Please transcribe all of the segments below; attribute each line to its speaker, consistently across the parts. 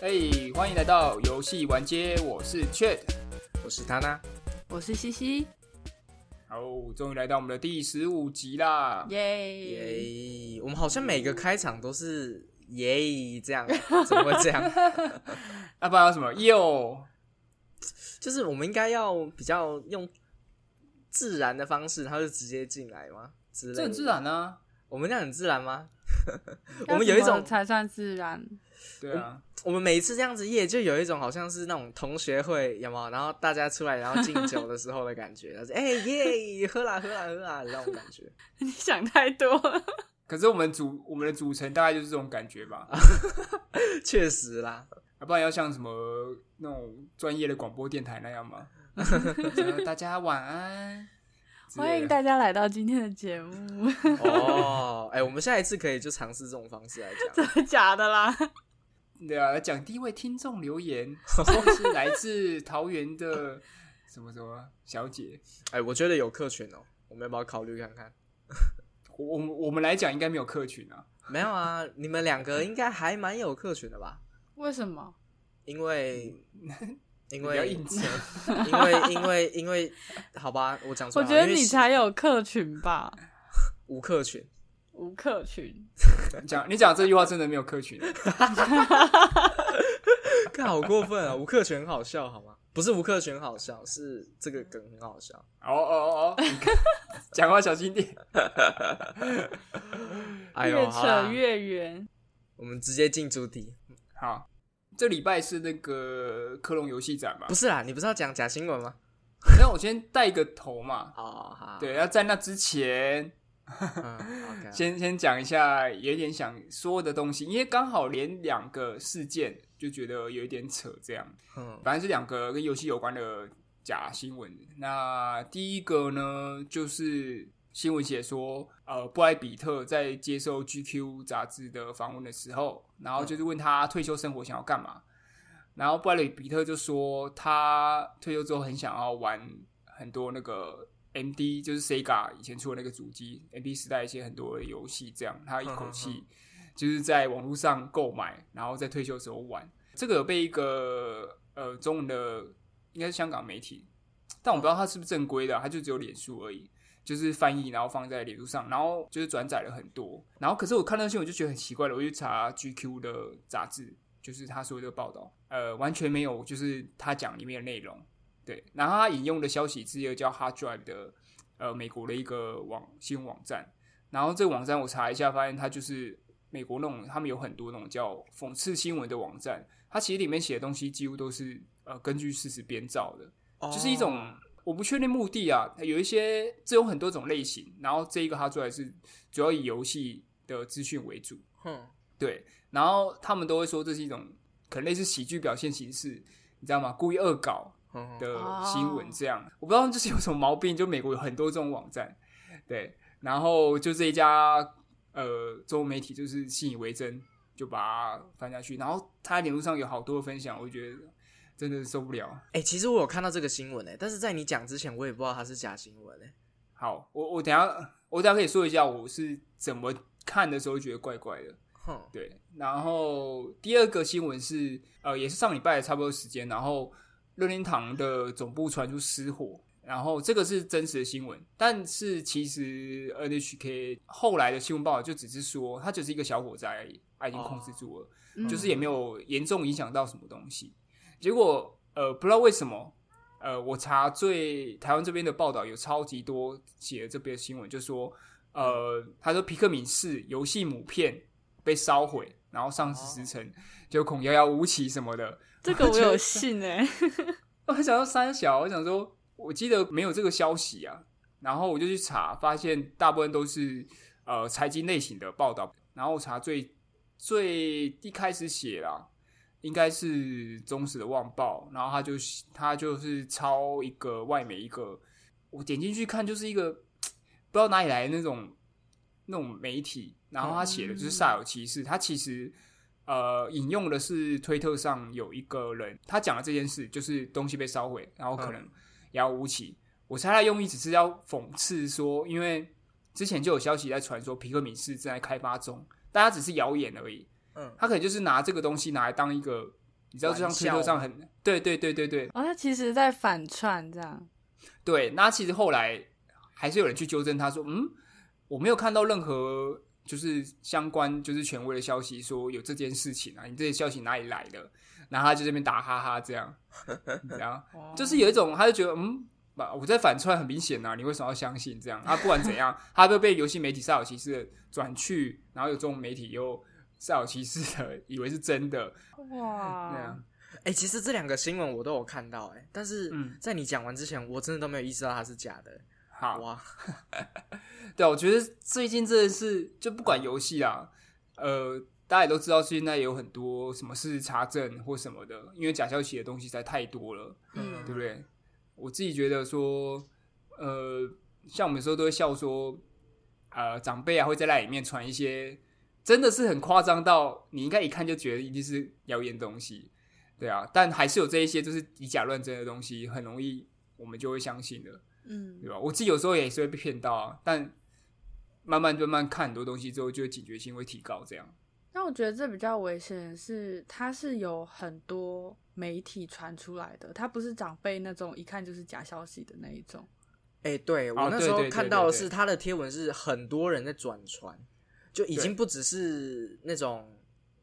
Speaker 1: 嘿欢迎来到游戏玩街，我是 Chat。
Speaker 2: 我是他呢，
Speaker 3: 我是西西，
Speaker 1: 好，哦终于来到我们的第十五集啦。
Speaker 3: 耶！
Speaker 2: 耶！我们好像每个开场都是耶这样， 怎么会这样？
Speaker 1: 啊，不然有什么哟？
Speaker 2: 就是我们应该要比较用自然的方式，他就直接进来吗？之类的
Speaker 1: 这很自，然啊。
Speaker 2: 我们这样很自然吗？我
Speaker 3: 要
Speaker 2: 们有一
Speaker 3: 怎么
Speaker 2: 种
Speaker 3: 才算自然，
Speaker 1: 对啊，
Speaker 2: 我们每一次这样子耶，就有一种好像是那种同学会，有没有？然后大家出来然后敬酒的时候的感觉，他是哎耶，喝啦喝啦喝啦那种感觉。
Speaker 3: 你想太多了。
Speaker 1: 可是我们组我们的组成大概就是这种感觉吧。
Speaker 2: 确实啦，
Speaker 1: 要不然要像什么那种专业的广播电台那样 吗？就大家晚安，之类的
Speaker 3: 欢迎大家来到今天的节目，
Speaker 2: 哦，哎，我们下一次可以就尝试这种方式来讲。
Speaker 3: 假的啦！
Speaker 1: 对啊，来讲第一位听众留言是来自桃园 的什么什么小姐，
Speaker 2: 哎，我觉得有客群哦，我们要不要考虑看看？
Speaker 1: 我我们我们来讲应该没有客群啊，
Speaker 2: 没有啊，你们两个应该还蛮有客群的吧？
Speaker 3: 为什么？
Speaker 2: 因为
Speaker 1: 比
Speaker 2: 因
Speaker 1: 较
Speaker 2: 为
Speaker 1: 嗯硬扯，
Speaker 2: 因为因为因为好吧，我讲错
Speaker 3: 我
Speaker 2: 了，
Speaker 3: 觉得
Speaker 2: 因为
Speaker 3: 你才有客群吧，
Speaker 2: 无客群，
Speaker 3: 无客群。
Speaker 1: 你讲你讲这句话真的没有客群啊，
Speaker 2: 看好过分啊！无客群很好笑好吗？不是无客群好笑，是这个梗很好笑。
Speaker 1: 哦哦哦哦，你看讲话小心点，
Speaker 2: 哎
Speaker 3: 越
Speaker 2: 呦，好
Speaker 3: 扯
Speaker 2: 啦，
Speaker 3: 越远。
Speaker 2: 我们直接进主题。
Speaker 1: 好。这礼拜是那个科隆游戏展嘛
Speaker 2: 不？是啦，你不是要讲假新闻吗？
Speaker 1: 那我先带个头嘛。
Speaker 2: 哦，好，
Speaker 1: 对，要在那之前，
Speaker 2: 嗯，OK，
Speaker 1: 先先讲一下有点想说的东西，因为刚好连两个事件就觉得有一点扯，这样
Speaker 2: 嗯，
Speaker 1: 反正是两个跟游戏有关的假新闻。那第一个呢，就是新闻写说，呃，布莱比特在接受 GQ 杂志的访问的时候，然后就是问他退休生活想要干嘛，然后布莱比特就说他退休之后很想要玩很多那个 MD，就是 Sega 以前出的那个主机 MD 时代一些很多的游戏，这样他一口气就是在网络上购买，然后在退休的时候玩。这个有被一个呃中文的应该是香港媒体，但我不知道它是不是正规的啊，它就只有脸书而已，就是翻译然后放在脸书上，然后就是转载了很多。然后可是我看到新闻就觉得很奇怪了，我去查 GQ 的杂志，就是他说这个报道，呃，完全没有就是他讲里面的内容。对，然后他引用的消息是一个叫 Hard Drive 的呃美国的一个网新闻网站，然后这个网站我查一下，发现它就是美国那种他们有很多那种叫讽刺新闻的网站，它其实里面写的东西几乎都是呃根据事实编造的， 就是一种我不确定目的啊，有一些这有很多种类型，然后这一个它出来是主要以游戏的资讯为主，
Speaker 2: 哼，
Speaker 1: 对，然后他们都会说这是一种可能类似喜剧表现形式，你知道吗？故意恶搞
Speaker 2: 嗯，
Speaker 1: 的
Speaker 3: 哦
Speaker 1: 新闻这样。我不知道就是有什么毛病，就美国有很多这种网站，对，然后就这一家呃中文媒体就是信以为真，就把它翻下去，然后他脸书上有好多的分享，我觉得真的是受不了。
Speaker 2: 哎，其实我有看到这个新闻诶，但是在你讲之前，我也不知道它是假新闻欸诶。
Speaker 1: 好，我我等一下我等一下可以说一下我是怎么看的时候觉得怪怪的。
Speaker 2: 哼，
Speaker 1: 对，然后第二个新闻是，呃，也是上礼拜差不多时间，然后任天堂的总部传出失火，然后这个是真实的新闻，但是其实 NHK 后来的新闻报道就只是说，它只是一个小火灾而已，它已经控制住了，
Speaker 3: 嗯
Speaker 1: 就是也没有严重影响到什么东西。结果呃，不知道为什么，呃，我查最台湾这边的报道有超级多写这边的新闻，就说呃，他说皮克敏四游戏母片被烧毁，然后丧尸之城就恐遥遥无期什么的。
Speaker 3: 这个 我有信哎，
Speaker 1: 我还想到三小，我想说，我记得没有这个消息啊。然后我就去查，发现大部分都是呃财经类型的报道。然后我查最最一开始写啦，应该是忠实的《望报》，然后他就他就是抄一个外媒一个，我点进去看就是一个不知道哪里来的那种那种媒体，然后他写的就是煞有其事，他其实。呃，引用的是推特上有一个人，他讲的这件事就是东西被烧毁，然后可能遥遥无期。我猜他用意只是要讽刺说，因为之前就有消息在传说皮克敏四正在开发中，但它只是谣言而已。
Speaker 2: 嗯
Speaker 1: 他可能就是拿这个东西拿来当一个你知道，就像推特上很对对对对对
Speaker 3: 哦，他其实在反串这样，
Speaker 1: 对。那其实后来还是有人去纠正他说，嗯，我没有看到任何就是相关就是权威的消息说有这件事情啊，你这些消息哪里来的？然后他就这边打哈哈这样，你知道，
Speaker 3: 哦
Speaker 1: 就是有一种他就觉得嗯。吧我在反串很明显呐、啊，你为什么要相信这样？啊，不管怎样，他都被游戏媒体萨尔骑士转去，然后有这种媒体又萨尔骑士的以为是真的，那
Speaker 3: 哇
Speaker 1: 样，
Speaker 2: 哎、其实这两个新闻我都有看到、哎，但是
Speaker 1: 嗯
Speaker 2: 在你讲完之前，我真的都没有意识到它是假的。
Speaker 1: 好，
Speaker 2: 哇，
Speaker 1: 对啊，我觉得最近真的是，就不管游戏啊，呃，大家也都知道，现在有很多什么事实查证或什么的，因为假消息的东西实在太多了，
Speaker 3: 嗯
Speaker 1: 对不对？我自己觉得说，呃，像我们有时候都会笑说，呃，长辈啊会在那里面传一些真的是很夸张到你应该一看就觉得一定是谣言的东西，对啊，但还是有这一些就是以假乱真的东西，很容易我们就会相信的。
Speaker 3: 嗯
Speaker 1: 对吧？我自己有时候也是会被骗到啊，但慢慢慢慢看很多东西之后，就会警觉性会提高。这样，
Speaker 3: 那我觉得这比较危险的是，它是有很多媒体传出来的，它不是长辈那种一看就是假消息的那一种。
Speaker 2: 哎、对我
Speaker 1: 哦
Speaker 2: 那
Speaker 1: 对
Speaker 2: 时候
Speaker 1: 对对
Speaker 2: 看
Speaker 1: 对
Speaker 2: 到的
Speaker 1: 对
Speaker 2: 是他的贴文是很多人在转传，就已
Speaker 1: 对
Speaker 2: 经不只是那种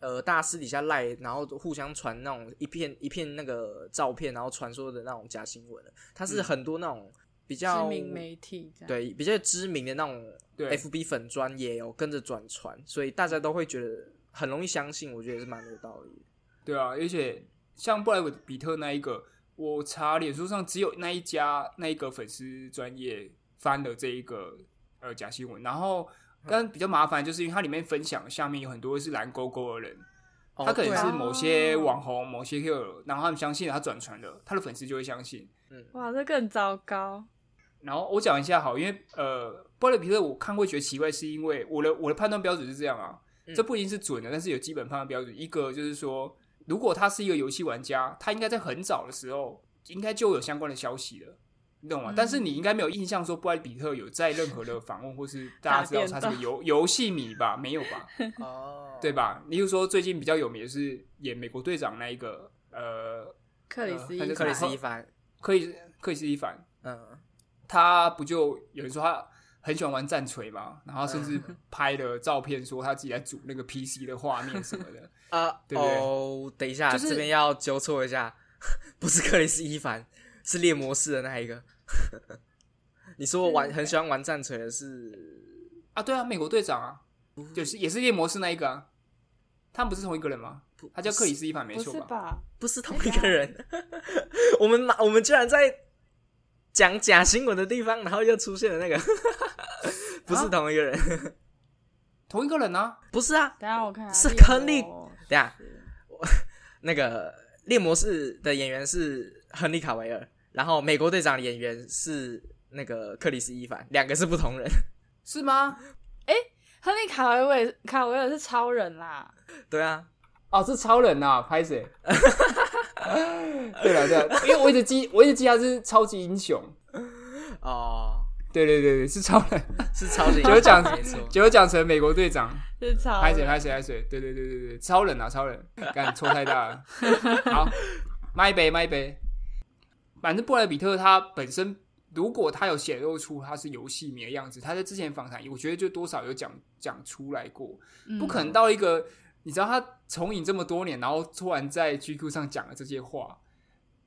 Speaker 2: 呃大家私底下赖，然后互相传那种一片一片那个照片，然后传说的那种假新闻了。他是
Speaker 1: 嗯
Speaker 2: 很多那种比较
Speaker 3: 知名媒体啊这样。，
Speaker 2: 对比较知名的那种
Speaker 1: 对
Speaker 2: FB 粉砖也有跟着转传，所以大家都会觉得很容易相信，我觉得也是蛮有道理的。
Speaker 1: 对啊，而且像布莱比特那一个，我查脸书上只有那一家那一个粉丝专业翻了这一个呃假新闻，然后但比较麻烦，就是因为它里面分享下面有很多是蓝勾勾的人，
Speaker 2: 哦
Speaker 1: 他可能
Speaker 2: 对
Speaker 1: 是
Speaker 2: 啊
Speaker 1: 某些
Speaker 3: 哦
Speaker 1: 网红、某些 Q，然后他们相信了他转传了，他的粉丝就会相信。
Speaker 2: 嗯
Speaker 3: 哇，这更糟糕。
Speaker 1: 然后我讲一下好，因为呃，波雷皮特我看会觉得奇怪，是因为我的我的判断标准是这样啊，
Speaker 2: 嗯
Speaker 1: 这不一定是准的，但是有基本判断标准。一个就是说，如果他是一个游戏玩家，他应该在很早的时候应该就有相关的消息了。你懂吗？
Speaker 3: 嗯
Speaker 1: 但是你应该没有印象说布莱比特有在任何的访问，或 是大家知道他
Speaker 3: 打
Speaker 1: 是
Speaker 3: 电
Speaker 1: 个游游戏迷吧？没有吧？
Speaker 2: 哦，
Speaker 1: 对吧？例如说最近比较有名的是演美国队长那一个呃
Speaker 3: 克里斯
Speaker 1: 呃
Speaker 3: 一
Speaker 1: 克
Speaker 2: 克里斯
Speaker 1: 然后
Speaker 2: 一凡，
Speaker 1: 克里克里斯蒂凡，
Speaker 2: 嗯，
Speaker 1: 他不就有人说他很喜欢玩战锤嘛，然后甚至拍了照片说他自己在组那个 PC 的画面什么的。
Speaker 2: 啊、
Speaker 1: 对不对
Speaker 2: 哦，等一下，
Speaker 1: 就是
Speaker 2: 这边要纠错一下， 不是克里斯一凡，是猎魔士的那一个。 你说我玩很喜欢玩战锤的是
Speaker 1: 啊，对啊，美国队长啊，就是也是猎魔士那一个啊，他们不是同一个人吗？他叫克里斯一凡没
Speaker 3: 不
Speaker 1: 错
Speaker 3: 是
Speaker 1: 吧？
Speaker 3: 吧？
Speaker 2: 不是同一个人？ 我们哪我们居然在讲假新闻的地方，然后又出现了那个， 不
Speaker 1: 啊
Speaker 2: 是同一个人，
Speaker 1: 同一个人啊，
Speaker 2: 不是啊，
Speaker 3: 等一下我看一下
Speaker 2: 是
Speaker 3: 猎
Speaker 2: 克里
Speaker 3: 魔
Speaker 2: 等一下那个猎魔士的演员是亨利卡维尔，然后美国队长的演员是那个克里斯一凡，两个是不同人。
Speaker 1: 是吗？
Speaker 3: 亨利卡维尔卡维尔是超人啦，
Speaker 2: 对啊，
Speaker 1: 哦，是超人呐、啊，拍谁？ 对了对了，因为我一直记，我一直记他是超级英雄。
Speaker 2: 哦，
Speaker 1: 对对对对，是超人，
Speaker 2: 是超 级英雄
Speaker 1: 就讲
Speaker 2: 没错。
Speaker 1: 结果讲成美国队长。
Speaker 3: 是超
Speaker 1: 拍水
Speaker 3: 人。
Speaker 1: 拍水拍水，对对对对对，超人啊超人， 干错太大了。好，卖一杯卖一杯。反正布莱比特他本身，如果他有显露出他是游戏迷的样子，他在之前访谈，我觉得就多少有讲讲出来过，
Speaker 3: 嗯
Speaker 1: 不可能到一个、你知道他从影这么多年，然后突然在 GQ 上讲了这些话，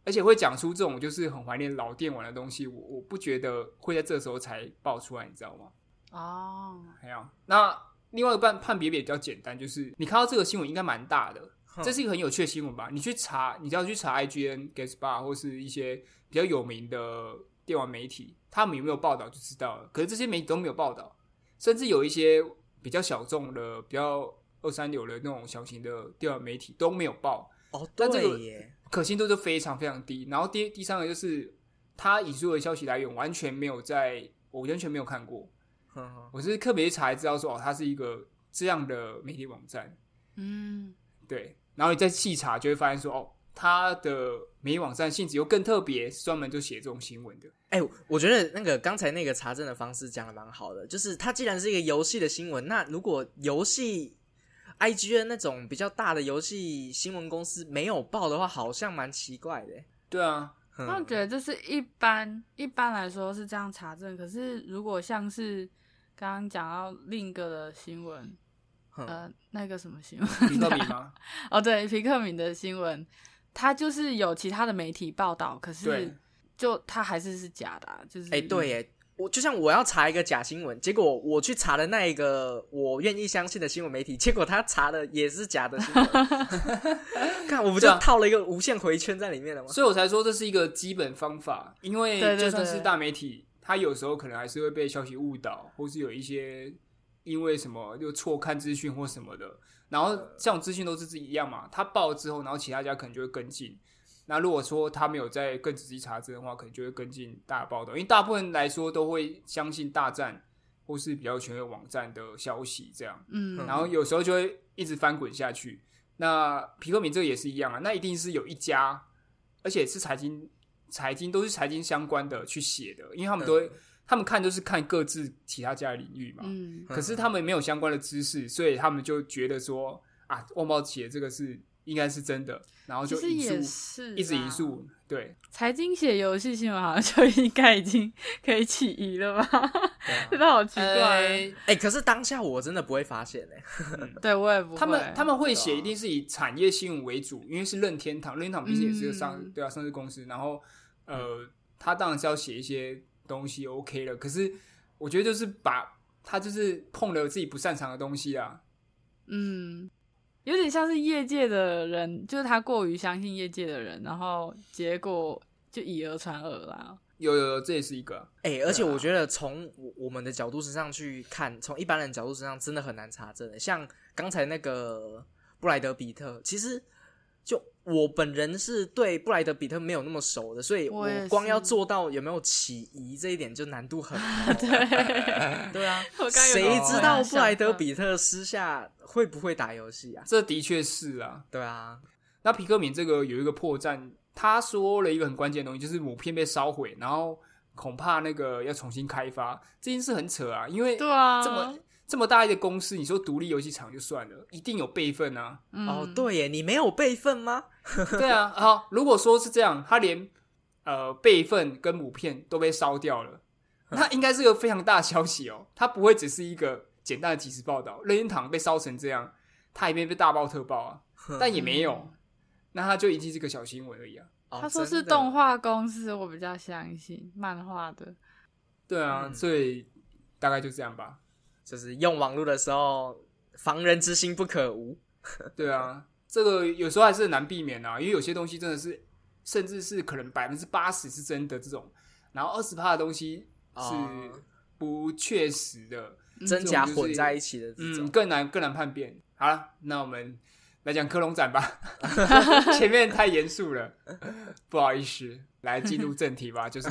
Speaker 1: 而且会讲出这种就是很怀念老电玩的东西，我我不觉得会在这时候才爆出来，你知道吗？
Speaker 3: 嗯哦，
Speaker 1: 哎呀，那另外一个判判别也比较简单，就是你看到这个新闻应该蛮大的，
Speaker 2: 哼
Speaker 1: 这是一个很有趣的新闻吧？你去查，你只要去查 IGN、g a s p a r 或是一些比较有名的电玩媒体，他们有没有报道就知道了。可是这些媒体都没有报道，甚至有一些比较小众的、比较二三流的那种小型的电玩媒体都没有报，
Speaker 2: 哦，
Speaker 1: 但这个
Speaker 2: 对耶，
Speaker 1: 可信度就非常非常低。然后第第三个就是他引述的消息来源完全没有在，我完全没有看过。
Speaker 2: 哼哼
Speaker 1: 我是特别查才知道说哦，它是一个这样的媒体网站，
Speaker 3: 嗯，
Speaker 1: 对。然后你再细查就会发现说哦，它的媒体网站性质又更特别，是专门就写这种新闻的。
Speaker 2: 哎、我觉得那个刚才那个查证的方式讲的蛮好的，就是它既然是一个游戏的新闻，那如果游戏 IGN 那种比较大的游戏新闻公司没有报的话，好像蛮奇怪的欸。
Speaker 1: 对啊，
Speaker 3: 那我
Speaker 2: 嗯，
Speaker 3: 觉得这是一般一般来说是这样查证，可是如果像是刚刚讲到另一个的新闻，
Speaker 2: 嗯
Speaker 3: 呃，那个什么新闻？
Speaker 1: 皮克米吗？
Speaker 3: 哦，对，皮克敏的新闻，他就是有其他的媒体报道，可
Speaker 1: 对
Speaker 3: 是就他还是是假的、啊，就是
Speaker 2: 哎、
Speaker 1: 嗯
Speaker 2: 对，耶，我就像我要查一个假新闻，结果我去查的那一个我愿意相信的新闻媒体，结果他查的也是假的 新闻，看我不就
Speaker 1: 对啊
Speaker 2: 套了一个无限回圈在里面了吗？
Speaker 1: 所以我才说这是一个基本方法，因
Speaker 3: 对
Speaker 1: 为
Speaker 3: 对
Speaker 1: 就算是
Speaker 3: 对
Speaker 1: 大媒体，它有时候可能还是会被消息误导，或是有一些因为什么就错看资讯或什么的。然后
Speaker 3: 呃
Speaker 1: 这种资讯都是自己一样嘛，他报了之后，然后其他家可能就会跟进。那如果说他没有再更仔细查证的话，可能就会跟进大报道，因为大部分来说都会相信大站或是比较权威网站的消息这样。
Speaker 3: 嗯，
Speaker 1: 然后有时候就会一直翻滚下去。那皮克敏这个也是一样啊，那一定是有一家，而且是财经财经都是财经相关的去写的，因为他们都会、他们看都是看各自其他家的领域嘛，
Speaker 3: 嗯，
Speaker 1: 可是他们没有相关的知识，所以他们就觉得说啊，旺报写的这个是应该是真的，然后
Speaker 3: 其
Speaker 1: 就
Speaker 3: 实
Speaker 1: 引述
Speaker 3: 也是
Speaker 1: 一直
Speaker 3: 啦
Speaker 1: 引。述，对，
Speaker 3: 财经写游戏新闻好像就应该已经可以起疑了吧？
Speaker 1: 对 啊
Speaker 3: 真的好奇怪。
Speaker 1: 呃
Speaker 2: 哎、可是当下我真的不会发现哎、
Speaker 3: 对我也不会。
Speaker 1: 他们他们会
Speaker 2: 对
Speaker 1: 写
Speaker 2: 啊
Speaker 1: 一定是以产业新闻为主，因为是任天堂，任天堂毕竟也是个上、
Speaker 3: 嗯
Speaker 1: 对啊上市公司，然后呃，他当然是要写一些东西 OK 了，可是我觉得就是把他就是碰了自己不擅长的东西啊，
Speaker 3: 嗯，有点像是业界的人，就是他过于相信业界的人，然后结果就以讹传讹 啦。
Speaker 1: 有有有，这也是一个，
Speaker 2: 哎、而且
Speaker 3: 对啊
Speaker 2: 我觉得从我我们的角度身上去看，从一般人角度身上真的很难查证的。像刚才那个布莱德比特，其实就我本人是对布莱德比特没有那么熟的，所以
Speaker 3: 我也是
Speaker 2: 光要做到有没有起疑这一点就难度很高。
Speaker 3: 对，
Speaker 2: 对啊，
Speaker 3: 我刚有
Speaker 2: 谁知道布莱德
Speaker 3: 想
Speaker 2: 比特私下会不会打游戏啊？
Speaker 1: 这的确是啊。
Speaker 2: 对啊，
Speaker 1: 那皮克敏这个有一个破绽，他说了一个很关键的东西，就是母片被烧毁，然后恐怕那个要重新开发，这件事很扯啊，因为
Speaker 3: 对啊，
Speaker 1: 这么这么大一个公司，你说独立游戏厂就算了，一定有备份啊。
Speaker 3: 嗯
Speaker 2: 哦，对耶，你没有备份吗？
Speaker 1: 对啊， 好，如果说是这样，他连呃备份跟母片都被烧掉了，那应该是个非常大的消息哦。它不会只是一个简单的即时报道，任天堂被烧成这样，它也没被大爆特爆啊，但也没有，那它就已经是个小新闻而已啊。
Speaker 2: 哦
Speaker 3: 他说是
Speaker 2: 真的
Speaker 3: 动画公司，我比较相信漫画的。
Speaker 1: 对啊，
Speaker 2: 嗯
Speaker 1: 所以大概就这样吧。
Speaker 2: 就是用网络的时候，防人之心不可无。
Speaker 1: 对啊，这个有时候还是很难避免啊，因为有些东西真的是，甚至是可能百分之八十是真的这种，然后二十趴的东西
Speaker 2: 哦
Speaker 1: 是不确实的，
Speaker 2: 真假混在一起的这种。
Speaker 1: 嗯，更难更难叛变。好了，那我们来讲科隆展 吧，前面太严肃了，不好意思，来进入正题吧， 就是。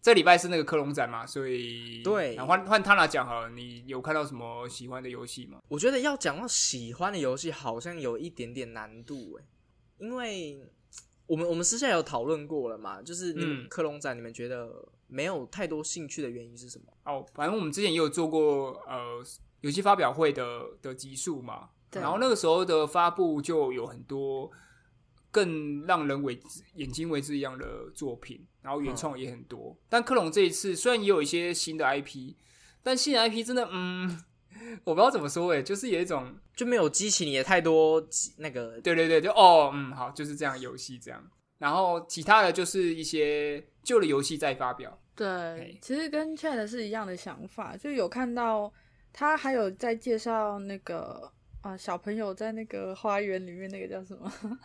Speaker 1: 这礼拜是那个科隆展嘛，所以
Speaker 2: 对
Speaker 1: 啊换换他来讲好了。你有看到什么喜欢的游戏吗？
Speaker 2: 我觉得要讲到喜欢的游戏，好像有一点点难度哎、因为我们我们私下有讨论过了嘛，就是你们
Speaker 1: 嗯
Speaker 2: 克隆展，你们觉得没有太多兴趣的原因是什么？
Speaker 1: 哦，反正我们之前也有做过呃游戏发表会的的集数嘛，
Speaker 3: 对
Speaker 1: 然后那个时候的发布就有很多更让人为之眼睛为之一亮的作品，然后原创也很多。但克隆这一次虽然也有一些新的 IP，但新的 IP 真的嗯，我不知道怎么说诶、就是有一种
Speaker 2: 就没有激起你的太多激那个
Speaker 1: 对对对，就哦嗯好，就是这样的游戏这样。然后其他的就是一些旧的游戏在发表，
Speaker 3: 对
Speaker 1: 嘿，
Speaker 3: 其实跟 Chat 是一样的想法，就有看到他还有在介绍那个啊、小朋友在那个花园里面那个叫什么，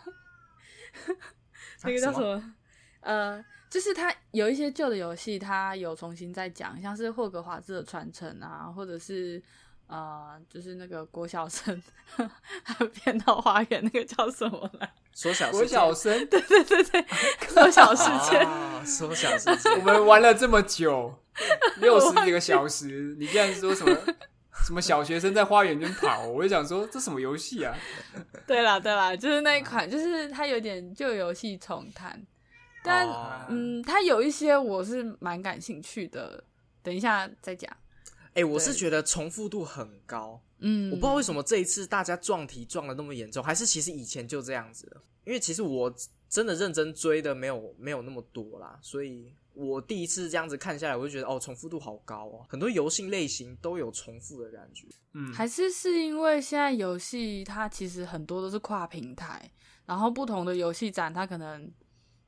Speaker 3: 那个啊叫什么？呃，就是他有一些旧的游戏，他有重新再讲，像是霍格华兹的传承啊，或者是呃，就是那个郭晓生 变到花园那个叫什么来？
Speaker 2: 缩小
Speaker 1: 国
Speaker 2: 世界
Speaker 1: 小生，
Speaker 3: 对对对， 郭晓世界。
Speaker 2: 啊，缩小世界，
Speaker 1: 我们玩了这么 久，六十几个小时，你竟然说什么什么小学生在花园里面跑，我就想说这什么游戏啊？
Speaker 3: 对啦，对啦，就是
Speaker 2: 嗯
Speaker 3: 那一款，就是它有点旧游戏重弹，但、
Speaker 2: 哦
Speaker 3: 嗯，它有一些我是蛮感兴趣的，等一下再讲。
Speaker 2: 哎、我是
Speaker 3: 对
Speaker 2: 觉得重复度很高，
Speaker 3: 嗯，
Speaker 2: 我不知道为什么这一次大家撞题撞的那么严重，还是其实以前就这样子了。因为其实我真的认真追的没有没有那么多啦，所以我第一次这样子看下来，我就觉得哦，重复度好高哦，很多游戏类型都有重复的感觉。
Speaker 1: 嗯，
Speaker 3: 还是是因为现在游戏它其实很多都是跨平台，然后不同的游戏展，它可能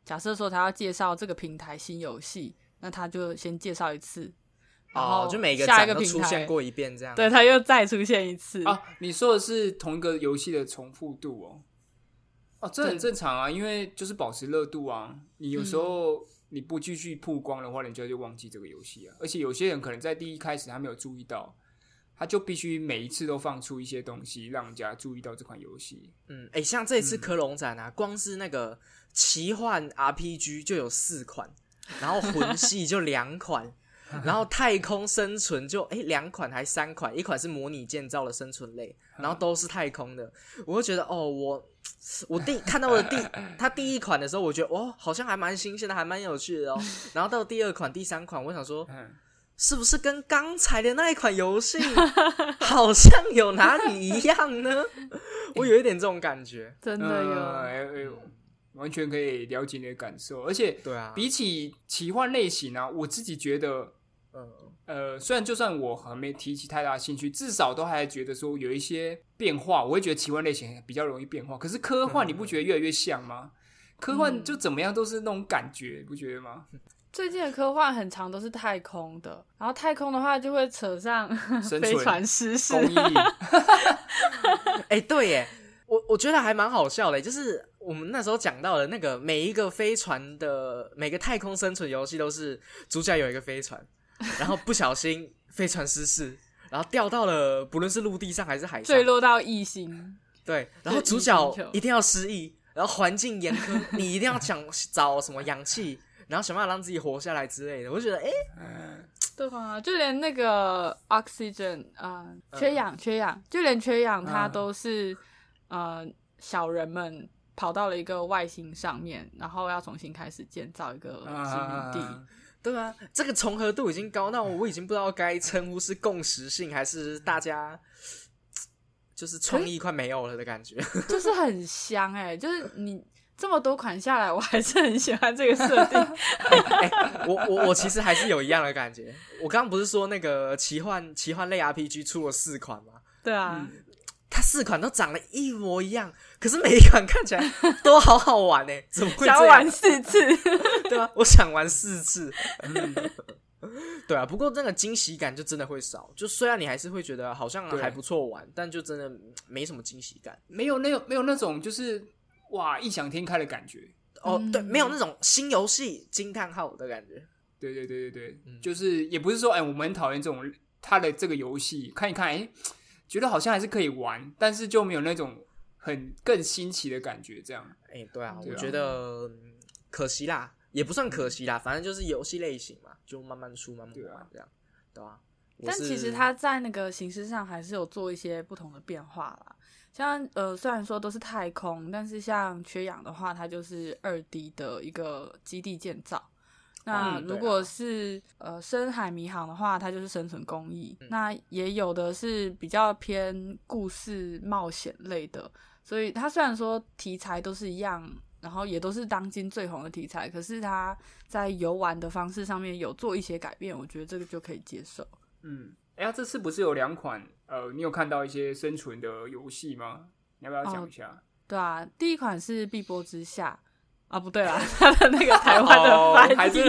Speaker 3: 假设说它要介绍这个平台新游戏，那它就先介绍一次，然后
Speaker 2: 哦，就每个
Speaker 3: 下
Speaker 2: 展
Speaker 3: 一个
Speaker 2: 都
Speaker 3: 平
Speaker 2: 出
Speaker 3: 台
Speaker 2: 现，过一遍这样。哦
Speaker 3: 对，它又再出现一次。
Speaker 1: 啊，你说的是同一个游戏的重复度哦？哦，这很
Speaker 3: 对
Speaker 1: 正常啊，因为就是保持热度啊。你有时
Speaker 3: 嗯
Speaker 1: 候你不继续曝光的话，人家就忘记这个游戏啊。而且有些人可能在第一开始他没有注意到，他就必须每一次都放出一些东西，让人家注意到这款游戏。
Speaker 2: 嗯，哎、像这一次
Speaker 1: 嗯
Speaker 2: 科隆展啊，光是那个奇幻 RPG 就有四款，然后魂系就两款，然后太空生存就哎两、款还三款，一款是模拟建造的生存类，然后都是太空的，我就觉得哦，我我第看到的第它第一款的时候，我觉得哦，好像还蛮新鲜的，还蛮有趣的哦，然后到第二款、第三款，我想说
Speaker 1: 嗯，
Speaker 2: 是不是跟刚才的那一款游戏好像有哪里一样呢？我有一点这种感觉。
Speaker 3: 真的有，
Speaker 2: 嗯
Speaker 1: 呃哎哎完全可以了解你的感受。而且
Speaker 2: 对啊，
Speaker 1: 比起奇幻类型啊，我自己觉得
Speaker 2: 嗯
Speaker 1: 呃，虽然就算我还没提起太大兴趣，至少都还觉得说有一些变化，我会觉得奇幻类型比较容易变化。可是科
Speaker 2: 嗯
Speaker 1: 幻，你不觉得越来越像吗？科
Speaker 3: 嗯
Speaker 1: 幻就怎么样都是那种感觉，你不觉得吗？
Speaker 3: 最近的科幻很长都是太空的，然后太空的话就会扯上
Speaker 1: 生
Speaker 3: 飞
Speaker 1: 存、
Speaker 3: 船失事
Speaker 1: 公，益，
Speaker 2: 哎、对耶，我我觉得还蛮好笑的，就是我们那时候讲到的那个每一个飞船的每个太空生存游戏都是主角有一个飞船，然后不小心飞船失事，然后掉到了不论是陆地上还是海上
Speaker 3: 坠，落到异星。
Speaker 2: 对，然后
Speaker 3: 就是
Speaker 2: 主
Speaker 3: 异
Speaker 2: 角
Speaker 3: 星球
Speaker 2: 一定要失忆，然后环境严苛， 你一定要想找什么氧气，然后想办法让自己活下来之类的。我就觉得，哎、
Speaker 1: 嗯
Speaker 3: 对啊，就连那个 oxygen 啊、呃缺氧，缺氧，就连缺氧，它
Speaker 1: 嗯
Speaker 3: 都是、呃小人们跑到了一个外星上面，然后要重新开始建造一个殖民地。
Speaker 1: 啊
Speaker 2: 对啊，这个重合度已经高到我已经不知道该称呼是共识性还是大家就是创意快没有了的感 觉。
Speaker 3: 就是很香哎、就是你这么多款下来，我还是很喜欢这个设定。
Speaker 2: 我我我其实还是有一样的感觉。我刚刚不是说那个奇幻奇幻类 RPG 出了四款吗？
Speaker 3: 对啊，
Speaker 1: 嗯
Speaker 2: 它四款都长得一模一样，可是每一款看起来都好好玩呢、怎么会这
Speaker 3: 想
Speaker 2: 样？
Speaker 1: 啊
Speaker 3: 玩四次，
Speaker 2: 对啊，我想玩四次。对啊，不过那个惊喜感就真的会少，就虽然你还是会觉得好像
Speaker 1: 对
Speaker 2: 还不错玩，但就真的嗯没什么惊喜感。
Speaker 1: 没有那有没有那种就是哇异想天开的感觉。
Speaker 2: 哦，
Speaker 3: 嗯
Speaker 2: 对，没有那种新游戏惊叹号的感觉。
Speaker 1: 对对对对对，
Speaker 2: 嗯
Speaker 1: 就是也不是说哎、我们很讨厌这种他的这个游戏，看一看哎、觉得好像还是可以玩，但是就没有那种很更新奇的感觉，这样。
Speaker 2: 哎、对啊，
Speaker 1: 对啊
Speaker 2: 我觉得嗯可惜啦，也不算可惜啦，反正就是游戏类型嘛，就慢慢出，慢慢
Speaker 1: 对啊
Speaker 2: 玩这样，对啊。我
Speaker 3: 但
Speaker 2: 是
Speaker 3: 其实它在那个形式上还是有做一些不同的变化啦。像呃，虽然说都是太空，但是像缺氧的话，它就是二 D 的一个基地建造。那
Speaker 2: 嗯对啊
Speaker 3: 如果是、呃深海迷航的话，它就是生存工艺。
Speaker 2: 嗯
Speaker 3: 那也有的是比较偏故事冒险类的，所以它虽然说题材都是一样，然后也都是当今最红的题材，可是它在游玩的方式上面有做一些改变，我觉得这个就可以接受。
Speaker 1: 嗯，哎呀，这次不是有两款呃，你有看到一些生存的游戏吗？你要不要讲一下？
Speaker 3: 对啊，第一款是《碧波之下》啊，不 对啦，它的那个台湾的翻译，
Speaker 1: 哦还 是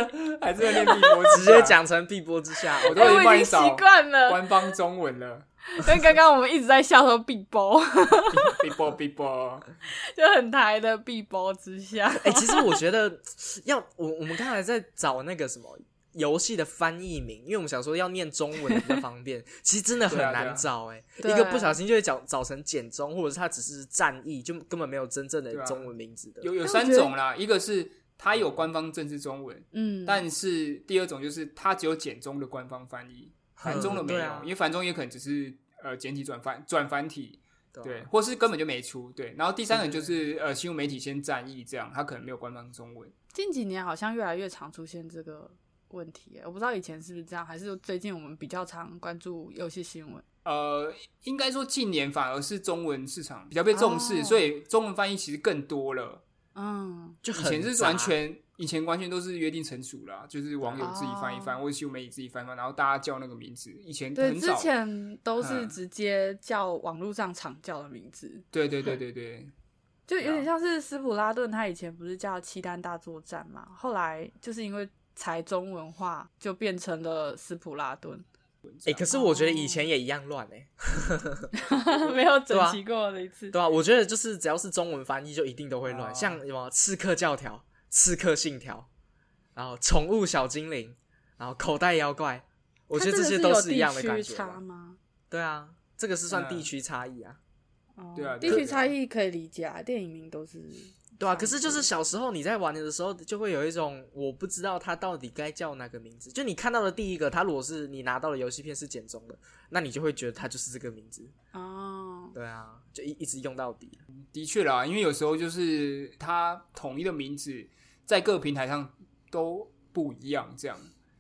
Speaker 1: 还是在练碧波，
Speaker 2: 直接，讲成碧波之下，我
Speaker 1: 我
Speaker 2: 都
Speaker 1: 都
Speaker 3: 哎
Speaker 1: 已经
Speaker 3: 我已
Speaker 1: 帮你
Speaker 3: 经习
Speaker 1: 找
Speaker 3: 惯了。
Speaker 1: 官方中文 了。
Speaker 3: 但刚刚我们一直在笑说“碧波
Speaker 1: 碧波碧波，”，
Speaker 3: 就很台的“碧波 之下
Speaker 2: 哎、其实我觉得要我我们刚才在找那个什么游戏的翻译名，因为我们想说要念中文比较方便，其实真的很
Speaker 1: 对啊对啊
Speaker 2: 难找哎、
Speaker 3: 对
Speaker 2: 一个不小心就会找找成简中，或者是它只是战役，就根本没有真正的
Speaker 1: 对啊
Speaker 2: 中文名字的。
Speaker 1: 有有
Speaker 3: 但我
Speaker 1: 三
Speaker 3: 觉得
Speaker 1: 种啦，一个是它有官方正式中文”，，
Speaker 3: 嗯，
Speaker 1: 但是第二种就是它只有简中的官方翻译，繁中的没
Speaker 2: 嗯对
Speaker 1: 有
Speaker 2: 啊，
Speaker 1: 因为繁中也可能只是呃简体转繁转繁体，
Speaker 2: 对
Speaker 1: 对
Speaker 2: 啊，
Speaker 1: 或是根本就没出，对。然后第三个就是呃新闻媒体先战役这样，它可能没有官方中文。
Speaker 3: 近几年好像越来越常出现这个问题耶，我不知道以前是不是这样，还是最近我们比较常关注游戏新闻。
Speaker 1: 呃，应该说近年反而是中文市场比较被重视，
Speaker 3: 哦
Speaker 1: 所以中文翻译其实更多了。
Speaker 3: 嗯，
Speaker 2: 就
Speaker 1: 以
Speaker 2: 很
Speaker 1: 前是
Speaker 2: 杂
Speaker 1: 完全，以前完全都是约定成熟啦，就是网友自己翻一翻，
Speaker 3: 哦
Speaker 1: 或者新闻媒体自己翻一翻，然后大家叫那个名字。以前
Speaker 3: 对，
Speaker 1: 很
Speaker 3: 之
Speaker 1: 少，
Speaker 3: 前都是
Speaker 1: 嗯
Speaker 3: 直接叫网络上常叫的名字，
Speaker 1: 对对对对对，
Speaker 3: 就有
Speaker 1: 对
Speaker 3: 点
Speaker 1: 啊
Speaker 3: 像是斯普拉顿，他以前不是叫《契丹大作战》嘛，后来就是因为才中文化，就变成了斯普拉顿，
Speaker 2: 哎、可是我觉得以前也一样乱哎、
Speaker 3: 没有
Speaker 2: 对啊
Speaker 3: 整齐过的一次。
Speaker 2: 对啊，我觉得就是只要是中文翻译就一定都会乱，
Speaker 1: 哦
Speaker 2: 像什么《刺客教条》《刺客信条》，然后《宠物小精灵》，然后《口袋妖怪》，我觉得
Speaker 3: 它
Speaker 2: 这
Speaker 3: 真
Speaker 2: 些
Speaker 3: 的
Speaker 2: 都
Speaker 3: 是
Speaker 2: 一样的
Speaker 3: 有
Speaker 2: 感
Speaker 3: 地
Speaker 2: 觉
Speaker 3: 区
Speaker 2: 吧。
Speaker 3: 差吗？
Speaker 2: 对啊，这个是算地
Speaker 1: 嗯
Speaker 2: 区差异啊。
Speaker 3: 哦
Speaker 1: 对啊
Speaker 3: 地
Speaker 1: 对
Speaker 3: 区
Speaker 1: 啊
Speaker 3: 差异可以理解啊，电影名都是
Speaker 2: 对啊，
Speaker 3: 差
Speaker 2: 可是
Speaker 3: 不
Speaker 2: 就是
Speaker 3: 多
Speaker 2: 小时候你在玩的时候，就会有一种我不知道它到底该叫哪个名字。就你看到的第一个，它如果是你拿到的游戏片是简中的，那你就会觉得它就是这个名字。
Speaker 3: 哦，
Speaker 2: 对啊，就一一直用到底。
Speaker 1: 的确啦，因为有时候就是它统一的名字在各平台上都不一样，这样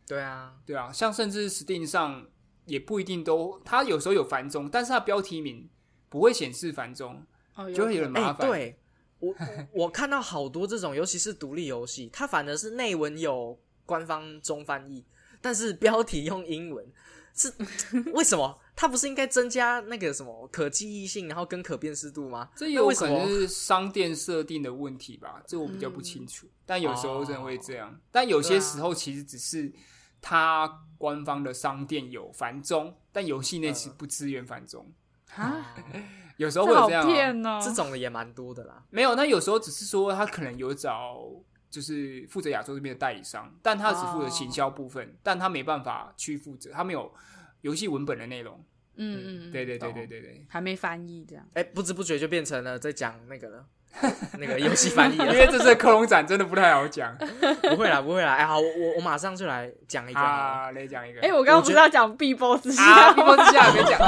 Speaker 2: 对啊，
Speaker 1: 对啊，像甚至 Steam 上也不一定都，它有时候有繁中，但是它标题名不会显示繁中，
Speaker 3: 哦，
Speaker 1: 就会有
Speaker 3: 可
Speaker 1: 点
Speaker 2: 哎、
Speaker 1: 麻烦。
Speaker 2: 对我我看到好多这种，尤其是独立游戏，它反而是内文有官方中翻译，但是标题用英文，是为什么？它不是应该增加那个什么可记忆性，然后跟可辨识度吗？
Speaker 1: 这
Speaker 2: 那
Speaker 1: 有
Speaker 2: 为什
Speaker 1: 可能
Speaker 2: 么
Speaker 1: 是商店设定的问题吧，这我比较不清楚。
Speaker 2: 嗯
Speaker 1: 但有时候真的会这样，但有
Speaker 2: 啊
Speaker 1: 些时候其实只是它官方的商店有繁中，但游戏内
Speaker 2: 嗯
Speaker 1: 其实不支援繁中。
Speaker 3: 啊，
Speaker 1: 有时候
Speaker 3: 这
Speaker 1: 会有
Speaker 3: 好
Speaker 1: 这样、啊，
Speaker 3: 骗哦，
Speaker 2: 这种的也蛮多的啦。
Speaker 1: 没有。那有时候只是说他可能有找就是负责亚洲这边的代理商，但他只负责
Speaker 3: 哦
Speaker 1: 行销部分，但他没办法去负责，他没有游戏文本的内容。
Speaker 3: 嗯嗯，嗯
Speaker 1: 对对对
Speaker 2: 懂
Speaker 1: 对对 对。
Speaker 3: 还没翻译这样。
Speaker 2: 哎、不知不觉就变成了在讲那个了，那个游戏翻译
Speaker 1: 因
Speaker 2: 了。
Speaker 1: 为这次的克隆展真的不太好 讲
Speaker 2: 不会啦，不会啦。哎、好，我我我马上就来讲一个好了。
Speaker 1: 啊，来讲一个。
Speaker 3: 哎，我刚刚不
Speaker 2: 觉
Speaker 3: 是
Speaker 2: 得
Speaker 3: 要讲碧波之下
Speaker 1: 啊，
Speaker 3: 吗
Speaker 1: 碧波之下没讲，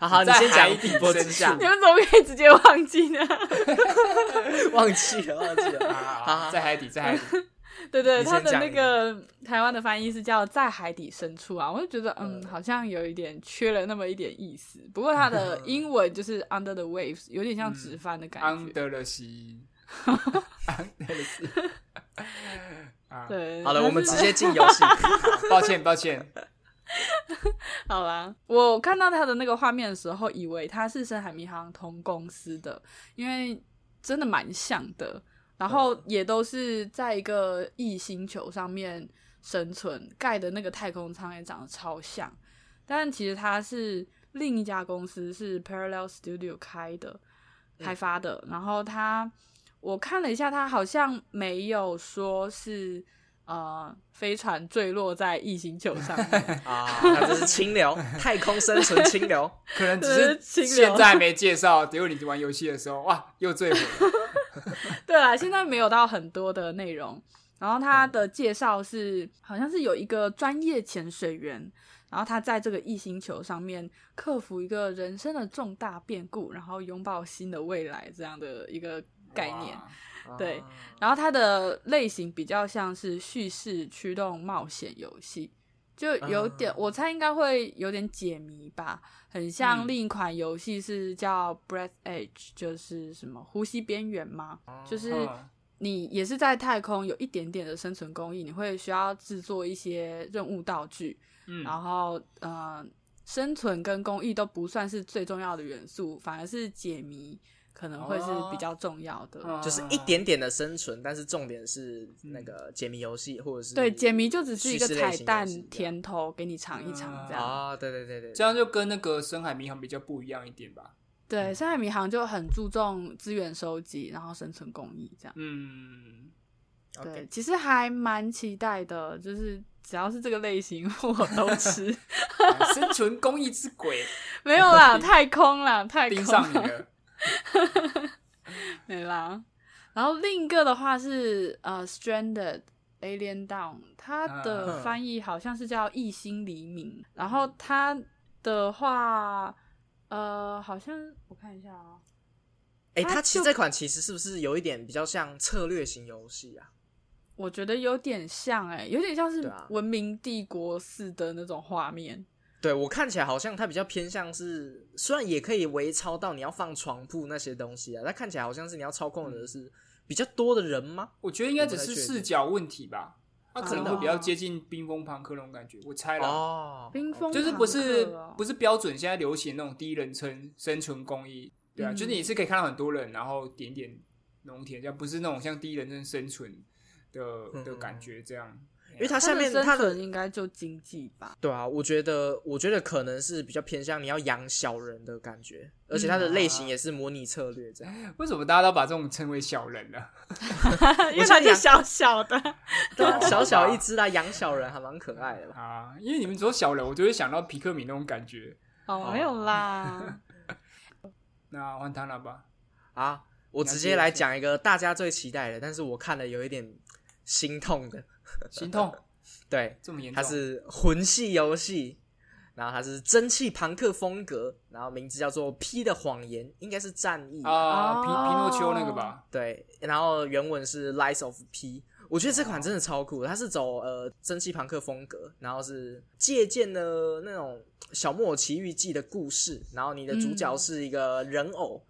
Speaker 2: 好好，你
Speaker 1: 在
Speaker 2: 先
Speaker 1: 海
Speaker 2: 讲
Speaker 1: 底
Speaker 2: 碧波之
Speaker 1: 深
Speaker 2: 下
Speaker 1: 处
Speaker 3: 你，们怎么可以直接忘记呢？
Speaker 2: 忘记了，忘记了。
Speaker 1: 啊，在海底，在海底。
Speaker 3: 对对，
Speaker 2: 你先
Speaker 3: 他的
Speaker 2: 讲
Speaker 3: 那
Speaker 2: 一
Speaker 3: 个台湾的翻译是叫“在海底深处”啊，我就觉得嗯，
Speaker 2: 嗯
Speaker 3: 好像有一点缺了那么一点意思。不过 它的英文就是 “under the waves”，有点像直翻的 感觉。
Speaker 1: under the sea，under the sea。啊，
Speaker 3: 对，
Speaker 2: 好了，
Speaker 3: 但
Speaker 2: 我们
Speaker 3: 是
Speaker 2: 直接进游戏。
Speaker 1: 抱歉，抱歉。
Speaker 3: 好啦，我看到他的那个画面的时候，以为他是深海迷航同公司的，因为真的蛮像的。然后也都是在一个异星球上面生存，盖的那个太空舱也长得超像。但其实它是另一家公司，是 Parallel Studio 开的、开发的。然后它，我看了一下，它好像没有说是呃飞船坠落在异星球上面，
Speaker 2: 啊，那这是清 流，太空生存清流。
Speaker 1: 可能
Speaker 3: 这
Speaker 1: 只
Speaker 3: 是
Speaker 1: 是
Speaker 3: 清流
Speaker 1: 现在没介绍，结果你玩游戏的时候，哇，又坠毁了。
Speaker 3: 对啦，现在没有到很多的内容。然后他的介绍是，好像是有一个专业潜水员，然后他在这个异星球上面克服一个人生的重大变故，然后拥抱新的未来这样的一个 概念。
Speaker 1: 哇
Speaker 3: 对
Speaker 2: 啊，
Speaker 3: 然后它的类型比较像是叙事驱动冒险游戏，就有点、
Speaker 2: 啊
Speaker 3: 我猜应该会有点解谜吧，很像
Speaker 1: 嗯
Speaker 3: 另一款游戏是叫《Breath Edge》，就是什么呼吸边缘吗？就是
Speaker 1: 嗯
Speaker 3: 你也是在太空有一点点的生存工艺，你会需要制作一些任务道具，
Speaker 1: 嗯，
Speaker 3: 然后呃，生存跟工艺都不算是最重要的元素，反而是解谜可能会是比较重要的。
Speaker 1: 哦
Speaker 2: 啊就是一点点的生存，但是重点是那个解谜游戏或者是
Speaker 3: 嗯对，解谜就只是一个
Speaker 2: 叙事类
Speaker 3: 彩
Speaker 2: 型游戏
Speaker 3: 蛋
Speaker 2: 这样
Speaker 3: 甜头，给你尝一尝这样。
Speaker 2: 啊，对对对对，
Speaker 1: 这样就跟那个深海迷航比较不一样一点吧。
Speaker 2: 嗯
Speaker 3: 对，深海迷航就很注重资源收集，然后生存工艺这样。
Speaker 1: 嗯，
Speaker 3: 对
Speaker 2: OK，
Speaker 3: 其实还蛮期待的，就是只要是这个类型 我都吃。
Speaker 1: 啊生存公益之鬼
Speaker 3: 没有 啦，太空啦，太空
Speaker 1: 盯上你了。
Speaker 3: 没啦。然后另一个的话是呃，Stranded Alien Down，它的
Speaker 2: 嗯
Speaker 3: 翻译好像是叫《异星黎明》，然后它的话，呃，好像我看一下啊、
Speaker 2: 哎，
Speaker 3: 它
Speaker 2: 它其实
Speaker 3: 就
Speaker 2: 这款其实是不是有一点比较像策略型游戏啊？
Speaker 3: 我觉得有点像哎、有点像是
Speaker 2: 对
Speaker 3: 《
Speaker 2: 啊
Speaker 3: 文明帝国四》的那种画面，
Speaker 2: 对我看起来好像它比较偏向是，虽然也可以微操到你要放床铺那些东西啊，但看起来好像是你要操控
Speaker 3: 嗯
Speaker 2: 的是比较多的人吗？
Speaker 1: 我觉得应该只是视角问题吧，它
Speaker 3: 不太
Speaker 1: 可
Speaker 3: 确定
Speaker 1: 能会比较接近冰封朋克那种感觉，我猜了。
Speaker 2: 哦，
Speaker 3: 冰封
Speaker 1: 就是不是
Speaker 3: 朋克哦
Speaker 1: 不是标准现在流行那种第一人称生存公益，对啊，
Speaker 3: 嗯
Speaker 1: 就是你是可以看到很多人，然后点点农田，这样不是那种像第一人称生存的的感觉这样。
Speaker 2: 因为它
Speaker 3: 它
Speaker 2: 下面
Speaker 3: 的
Speaker 2: 它
Speaker 3: 生
Speaker 2: 的
Speaker 3: 存应该就经济 吧，
Speaker 2: 对啊，我觉得，我觉得可能是比较偏向你要养小人的感觉，而
Speaker 1: 嗯
Speaker 2: 且它的类
Speaker 1: 啊
Speaker 2: 型也是模拟策略这样。
Speaker 1: 为什么大家都把这种称为小人呢、
Speaker 3: 因为它
Speaker 2: 我觉得
Speaker 3: 就
Speaker 2: 养
Speaker 3: 小小的，
Speaker 2: 对啊，小小一只啦，养小人还蛮可爱的吧？
Speaker 1: 啊？因为你们说小人，我就会想到皮克米那种感觉。
Speaker 3: 哦，没有 啦，
Speaker 1: 那换他了吧？
Speaker 2: 啊，我直接来讲一个大家最期待的，但是我看了有一点心痛的。
Speaker 1: 心痛
Speaker 2: 对，
Speaker 1: 这么严重？
Speaker 2: 它是魂系游戏，然后它是蒸汽朋克风格，然后名字叫做《P 的谎言》，应该是战役
Speaker 1: 啊，皮皮
Speaker 3: 哦
Speaker 1: 诺丘那个吧？
Speaker 2: 对，然后原文是 Lies of P。我觉得这款真的超酷的，它是走呃蒸汽朋克风格，然后是借鉴了那种《小木偶奇遇记》的故事，然后你的主角
Speaker 3: 嗯
Speaker 2: 是一个人偶，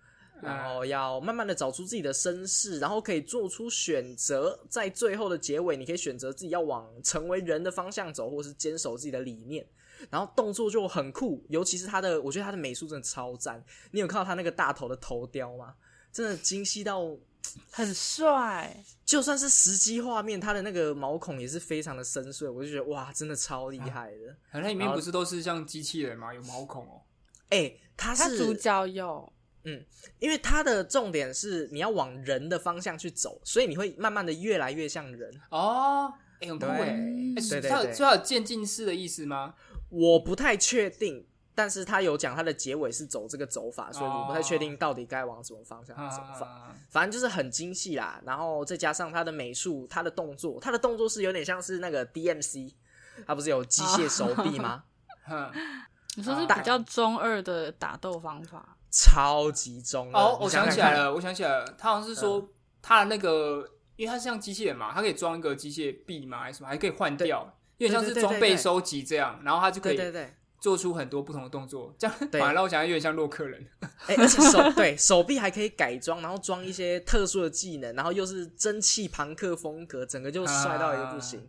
Speaker 2: 然
Speaker 1: 啊
Speaker 2: 后要慢慢的找出自己的身世，然后可以做出选择，在最后的结尾，你可以选择自己要往成为人的方向走，或是坚守自己的理念。然后动作就很酷，尤其是他的，我觉得他的美术真的超赞。你有看到他那个大头的头雕吗？真的精细到
Speaker 3: 很帅，
Speaker 2: 就算是实际画面，它的那个毛孔也是非常的深邃，我就觉得哇，真的超厉害的。
Speaker 1: 好像里面
Speaker 2: 然后
Speaker 1: 不是都是像机器人吗？有毛孔哦。
Speaker 2: 哎、它
Speaker 3: 他
Speaker 2: 是
Speaker 3: 主角有，
Speaker 2: 因为它的重点是你要往人的方向去走，所以你会慢慢的越来越像人。
Speaker 1: 哦，哎、很酷
Speaker 2: 对
Speaker 1: 哎、
Speaker 3: 嗯
Speaker 1: 欸，
Speaker 2: 对对
Speaker 1: 它有
Speaker 2: 对
Speaker 1: 它有渐进式的意思吗？
Speaker 2: 我不太确定，但是他有讲他的结尾是走这个走法，所以我不太确定到底该往什么方向走法。
Speaker 1: 哦啊
Speaker 2: 反正就是很精细啦，然后再加上他的美术、他的动作，他的动作是有点像是那个 DMC，他不是有机械手臂吗？
Speaker 1: 哼
Speaker 2: 嗯
Speaker 3: 你说是
Speaker 2: 啊
Speaker 1: 大
Speaker 3: 比较中二的打斗方法，
Speaker 2: 超级中二
Speaker 1: 哦，
Speaker 2: 嗯你
Speaker 1: 我想
Speaker 2: 想
Speaker 1: 起来
Speaker 2: 看嗯
Speaker 1: 了，我想起来了，他好像是说他的那个，因为他是像机器人嘛，他可以装一个机械臂嘛，还是什么，还可以换掉，有点像是
Speaker 2: 对对对
Speaker 1: 装
Speaker 2: 对
Speaker 1: 备
Speaker 2: 对
Speaker 1: 收集这样，然后他就可
Speaker 2: 对对
Speaker 1: 以
Speaker 2: 对，
Speaker 1: 做出很多不同的动作，这样
Speaker 2: 对
Speaker 1: 反而让我想到有点像洛克人。
Speaker 2: 哎、而且手 对手臂还可以改装，然后装一些特殊的技能，然后又是蒸汽朋克风格，整个就帅到一个不行。
Speaker 1: 啊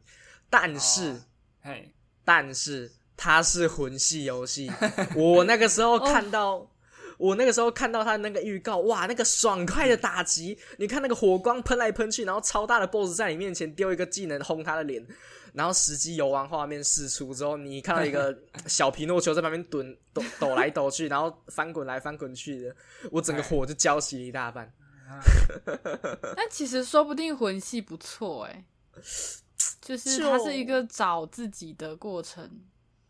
Speaker 2: 但
Speaker 1: 哦
Speaker 2: 是，
Speaker 1: 嘿，
Speaker 2: 但是它是魂系游 戏，我那个时候看到。
Speaker 3: 哦
Speaker 2: 我那个时候看到他那个预告，哇，那个爽快的打击！你看那个火光喷来喷去，然后超大的 BOSS 在你面前丢一个技能轰他的脸，然后实际游玩画面释出之后，你看到一个小皮诺丘在旁边蹲抖抖来抖去，然后翻滚来翻滚去的，我
Speaker 3: 哎
Speaker 2: 整个火就浇熄了一大半。呃
Speaker 3: 但其实说不定魂系不错哎、就是
Speaker 2: 就
Speaker 3: 它是一个找自己的过程，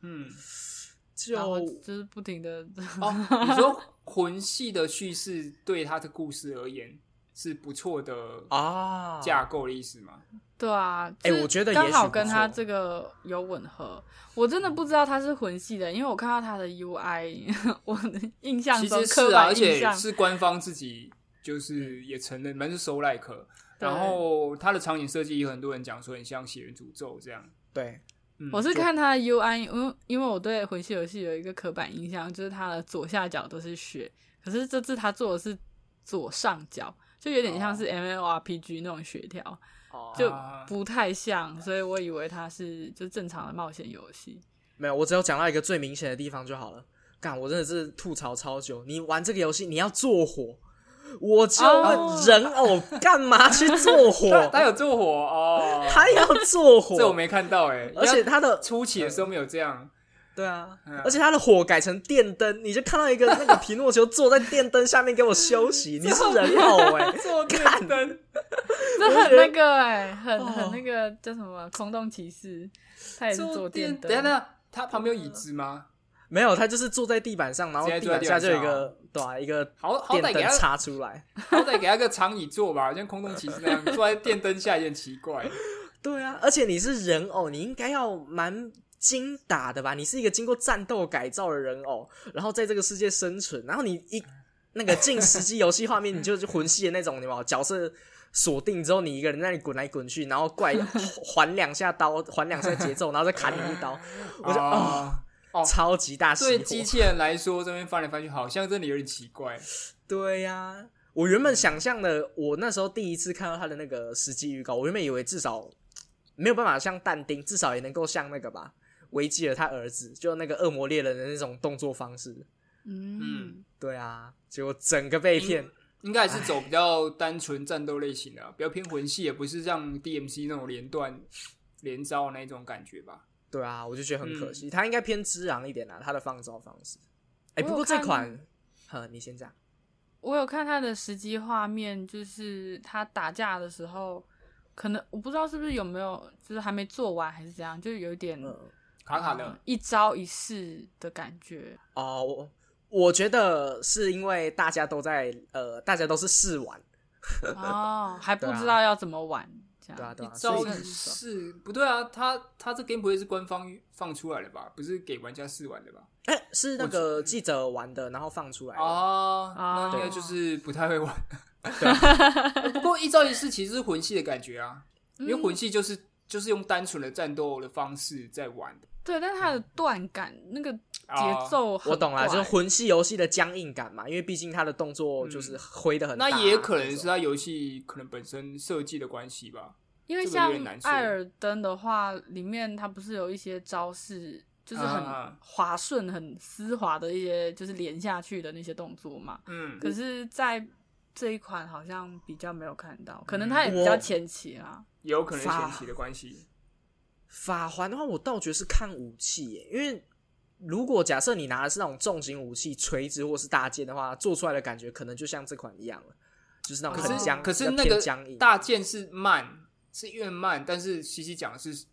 Speaker 1: 嗯，
Speaker 2: 就
Speaker 3: 然后就是不停的，
Speaker 1: 哦，你说魂系的叙事对他的故事而言是不错的
Speaker 2: 啊，
Speaker 1: 架构的意思吗？
Speaker 3: 对啊，
Speaker 2: 哎
Speaker 3: 就是
Speaker 2: 我觉得也许
Speaker 3: 刚好跟他
Speaker 2: 不错
Speaker 3: 这个有吻合。我真的不知道他是魂系的，因为我看到他的 UI，我 的印象
Speaker 1: 其
Speaker 3: 中
Speaker 1: 实
Speaker 3: 刻
Speaker 1: 是啊，
Speaker 3: 板
Speaker 1: 而
Speaker 3: 印
Speaker 1: 且
Speaker 3: 象
Speaker 1: 是官方自己
Speaker 2: 嗯
Speaker 1: 就是也承认，反正是 Soul Like。然后它的场景设计，有很多人讲说很像《血缘诅咒》这样。
Speaker 2: 对，
Speaker 1: 嗯
Speaker 3: 我是看他的 UI，因为因为我对魂系游戏有一个刻板印象，就是它的左下角都是血，可是这次他做的是左上角，就有点像是 MMORPG 那种血条，
Speaker 2: 哦
Speaker 3: 就
Speaker 1: 啊
Speaker 3: 不太像，所以我以为它是就正常的冒险游戏。
Speaker 2: 没有，我只有讲到一个最明显的地方就好了。干，我真的是吐槽超久。你玩这个游戏，你要做火，我就
Speaker 3: 哦
Speaker 2: 问人偶干嘛去做
Speaker 1: 他
Speaker 2: 火？
Speaker 1: 他有做火哦，
Speaker 2: 他要做火，
Speaker 1: 这我没看到哎，
Speaker 2: 而且
Speaker 1: 他
Speaker 2: 他的
Speaker 1: 初期的时候没有这样，
Speaker 2: 对啊
Speaker 1: 嗯，
Speaker 2: 而且他的火改成电灯，你就看到一个那个皮诺丘坐在电灯下面给我休息，你是人偶哎、
Speaker 1: 做电灯
Speaker 3: 这很那个哎、很
Speaker 2: 哦
Speaker 3: 很那个叫什么啊空洞骑士，他也是
Speaker 1: 做
Speaker 3: 坐电
Speaker 1: 等一下等一
Speaker 3: 灯。
Speaker 1: 下，他旁边有椅子吗？
Speaker 2: 没有，他就是坐在地板上，然后
Speaker 1: 直接
Speaker 2: 地
Speaker 1: 坐在
Speaker 2: 板下就有一
Speaker 1: 地板上
Speaker 2: 个对啊一个
Speaker 1: 好好
Speaker 2: 电
Speaker 1: 歹给
Speaker 2: 灯
Speaker 1: 他
Speaker 2: 插出来，
Speaker 1: 好歹给他个长椅坐吧，像空洞骑士那样坐在电灯下有点奇怪。
Speaker 2: 对啊，而且你是人偶，你应该要蛮精打的吧？你是一个经过战斗改造的人偶，然后在这个世界生存，然后你一那个进实际游戏画面，你就是魂系的那种，你嘛角色锁定之后，你一个人在那里滚来滚去，然后怪 还两下刀，还两下节奏，然后再砍你一刀，我就
Speaker 1: 哦哦
Speaker 2: 超级大
Speaker 1: 对
Speaker 2: 熄
Speaker 1: 机
Speaker 2: 火。
Speaker 1: 器人来说，这边翻来翻去，好像真的有点奇怪。
Speaker 2: 对呀、我原本想象的，我那时候第一次看到他的那个实际预告，我原本以为至少没有办法像但丁，至少也能够像那个吧，维吉尔他儿子，就那个恶魔猎人的那种动作方式。
Speaker 3: 嗯，
Speaker 2: 对啊，结果整个被骗。
Speaker 1: 应该还是走比较单纯战斗类型的、啊，比较偏魂系，也不是像 DMC 那种连段连招那种感觉吧。
Speaker 2: 对啊，我就觉得很可惜，他应该偏知昂一点啦，他的放招方式。哎、
Speaker 3: 我有
Speaker 2: 不过这
Speaker 3: 看
Speaker 2: 款，呵，你先讲。
Speaker 3: 我有看他的实际画面，就是他打架的时候，可能我不知道是不是有没有，就是还没做完还是怎样，就有点
Speaker 2: 嗯，
Speaker 1: 卡卡的，
Speaker 3: 一招一式的 感觉。
Speaker 2: 哦，我我觉得是因为大家都在呃，大家都是试玩，
Speaker 3: 哦，还不
Speaker 2: 对啊
Speaker 3: 知道要怎么玩，这
Speaker 2: 对啊
Speaker 3: 样
Speaker 2: 对啊，所
Speaker 1: 招
Speaker 2: 以
Speaker 3: 以
Speaker 1: 是不对啊，他他这 gameplay 是官方放出来的吧？不是给玩家试玩的吧？
Speaker 2: 哎、是那个记者玩的，然后放出来的。
Speaker 1: 啊，
Speaker 2: 哦
Speaker 3: 啊
Speaker 1: 那应该就是不太会玩。
Speaker 2: 对啊，
Speaker 1: 不过一招一式其实是魂系的感觉啊，
Speaker 2: 嗯
Speaker 1: 因为魂系就是就是用单纯的战斗的方式在玩的。
Speaker 3: 对，但他的断感那个
Speaker 1: 啊
Speaker 3: 节奏
Speaker 2: 嗯
Speaker 3: 很怪、
Speaker 2: 哦我懂了，就是魂系游戏的僵硬感嘛，因为毕竟他的动作就是挥的很大、
Speaker 1: 嗯
Speaker 2: 啊
Speaker 1: 那也可能是它
Speaker 2: 那种
Speaker 1: 游戏可能本身设计的关系吧。
Speaker 3: 因为
Speaker 1: 这个有
Speaker 3: 像
Speaker 1: 点难说
Speaker 3: 艾尔登的话，里面它不是有一些招式，就是
Speaker 1: 啊
Speaker 3: 很滑顺、很丝滑的一些，就是连下去的那些动作嘛。
Speaker 1: 嗯，
Speaker 3: 可是，在这一款好像比较没有看到，
Speaker 1: 嗯
Speaker 3: 可能它也比较
Speaker 2: 我
Speaker 3: 前期啦。
Speaker 1: 有可能
Speaker 2: 法
Speaker 1: 前期的关系。
Speaker 2: 法环的话，我倒觉得是看武器耶，因为如果假设你拿的是那种重型武器，锤子或是大剑的话，做出来的感觉可能就像这款一样了，就是那种
Speaker 1: 可
Speaker 2: 很
Speaker 1: 是
Speaker 2: 僵，
Speaker 1: 可是
Speaker 2: 比
Speaker 1: 那
Speaker 2: 较
Speaker 1: 个
Speaker 2: 偏僵硬。
Speaker 1: 大剑是慢，是越慢，但是西西讲的是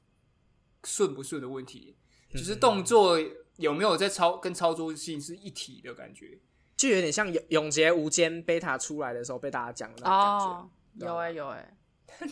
Speaker 1: 顺不顺的问题，
Speaker 2: 嗯
Speaker 1: 只是动作有没有在操跟操作性是一体的感觉。
Speaker 2: 就有点像永永劫无间贝塔出来的时候被大家讲的那种感觉。
Speaker 3: 哦，
Speaker 1: 啊
Speaker 3: 有哎、有哎、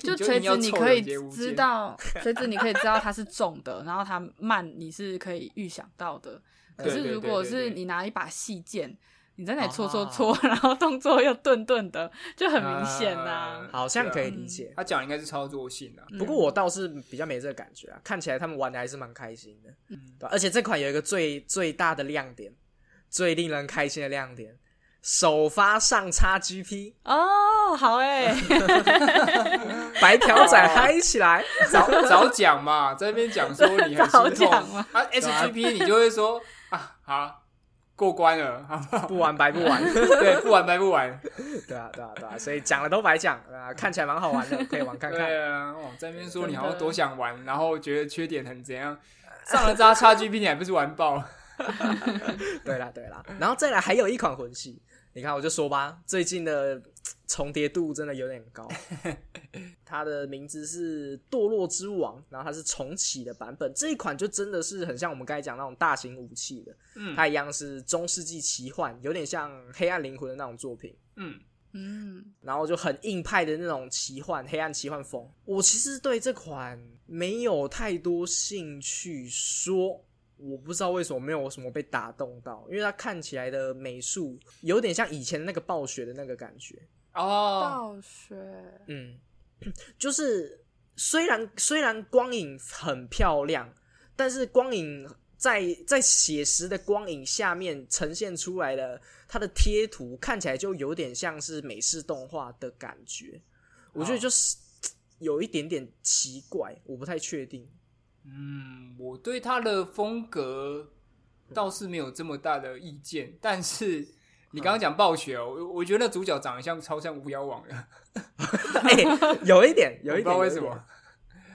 Speaker 1: 就
Speaker 3: 就锤
Speaker 1: 硬要
Speaker 3: 子你
Speaker 1: 凑
Speaker 3: 可以
Speaker 1: 人接无
Speaker 3: 知
Speaker 1: 间
Speaker 3: 道，锤子你可以知道它是重的，然后它慢你是可以预想到的。可
Speaker 1: 对
Speaker 3: 是
Speaker 1: 对
Speaker 3: 如
Speaker 1: 对
Speaker 3: 果
Speaker 1: 对
Speaker 3: 是
Speaker 1: 对啊
Speaker 3: 你拿一把细剑，你在那里搓搓搓，然后动作又顿顿的，就很明显呐、
Speaker 1: 啊
Speaker 2: 好像可以理解。
Speaker 1: 他讲的应该是操作 性啊，
Speaker 3: 嗯
Speaker 2: 不过我倒是比较没这个感觉啊，看起来他们玩的还是蛮开心的，对吧而且这款有一个最最大的亮点，最令人开心的亮点，首发上叉 GP，
Speaker 1: 啊
Speaker 3: 哦，好 哎、
Speaker 2: 白条仔嗨起来，
Speaker 1: 早早讲嘛，在那边讲说你很
Speaker 3: 早
Speaker 1: 心
Speaker 3: 讲
Speaker 1: 痛
Speaker 3: 嘛
Speaker 1: 啊，SGP 你就会说啊，好过关了，好不好？
Speaker 2: 不玩白不玩，
Speaker 1: 对，不玩白不玩。
Speaker 2: 对啊对啊对啊，所以讲了都白讲啊，看起来蛮好玩的，可以玩看看。
Speaker 1: 对啊，哦，在那边说
Speaker 3: 真
Speaker 1: 你
Speaker 3: 的
Speaker 1: 好像多想玩，然后觉得缺点很怎样，上 了渣叉 GP 你还不是玩爆？
Speaker 2: 对啦对啦，然后再来还有一款魂系，你看我就说吧，最近的重叠度真的有点高。它的名字是《堕落之王》，然后它是重启的版本。这一款就真的是很像我们刚才讲那种大型武器的，
Speaker 1: 嗯
Speaker 2: 它一样是中世纪奇幻，有点像《黑暗灵魂》的那种作品。
Speaker 1: 嗯，
Speaker 3: 嗯，
Speaker 2: 然后就很硬派的那种奇幻、黑暗奇幻风。我其实对这款没有太多兴趣说。我不知道为什么没有什么被打动到，因为它看起来的美术有点像以前那个暴雪的那个感觉，
Speaker 1: 哦，
Speaker 3: 暴雪，
Speaker 2: 嗯， 就是虽然虽然光影很漂亮，但是光影在在写实的光影下面呈现出来的它的贴图看起来就有点像是美式动画的感觉，我觉得
Speaker 1: 哦
Speaker 2: 就是嘖有一点点奇怪，我不太确定。
Speaker 1: 嗯，我对他的风格倒是没有这么大的意见，但 是你刚刚讲暴雪哦，我我觉得那主角长得像超像巫妖王的，
Speaker 2: 哎、有一点，有
Speaker 1: 我不
Speaker 2: 一点，
Speaker 1: 知道为什
Speaker 2: 有一点
Speaker 1: 么。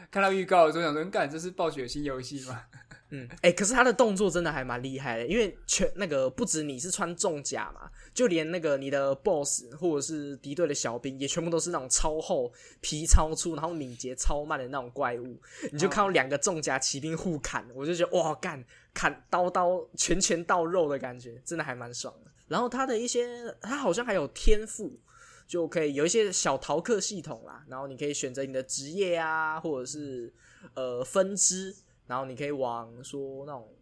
Speaker 1: 看到预告的时候想说，嗯干这是暴雪新游戏吗？
Speaker 2: 嗯，哎、可是他的动作真的还蛮厉害的，因为全那个不止你是穿重甲嘛，就连那个你的 BOSS 或者是敌对的小兵也全部都是那种超厚、皮超粗，然后敏捷超慢的那种怪物。你
Speaker 1: 嗯
Speaker 2: 就看到两个重甲骑兵互砍，我就觉得哇，干砍刀刀拳拳到肉的感觉，真的还蛮爽的。然后他的一些，他好像还有天赋，就可以有一些小逃课系统啦，然后你可以选择你的职业啊，或者是呃分支，然后你可以往说那种，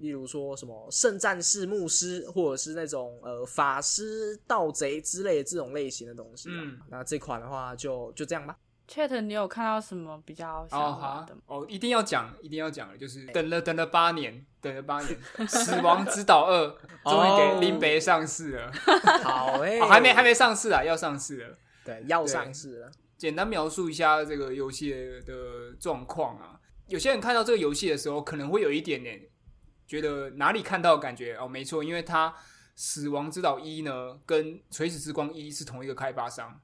Speaker 2: 例如说什么圣战士、牧师，或者是那种呃法师、盗贼之类的这种类型的东西、啊。
Speaker 1: 嗯，
Speaker 2: 那这款的话就就这样吧。
Speaker 3: Chat，你有看到什么比较 想
Speaker 1: 哦
Speaker 3: 玩
Speaker 1: 好
Speaker 3: 的吗？
Speaker 1: 哦，一定要讲，一定要讲的，就是等了等了八年，等了八年， 《死亡之岛二》终于
Speaker 2: 哦
Speaker 1: 给林北上市 了，
Speaker 2: 好哎、
Speaker 1: 哦还没还没上市啊，要上市了。
Speaker 2: 对，要
Speaker 1: 对
Speaker 2: 上市了。
Speaker 1: 简单描述一下这个游戏的状况啊。有些人看到这个游戏的时候，可能会有一点点觉得哪里看到的感觉哦，没错，因为它《死亡之岛一》呢跟《垂死之光一》是同一个开发商，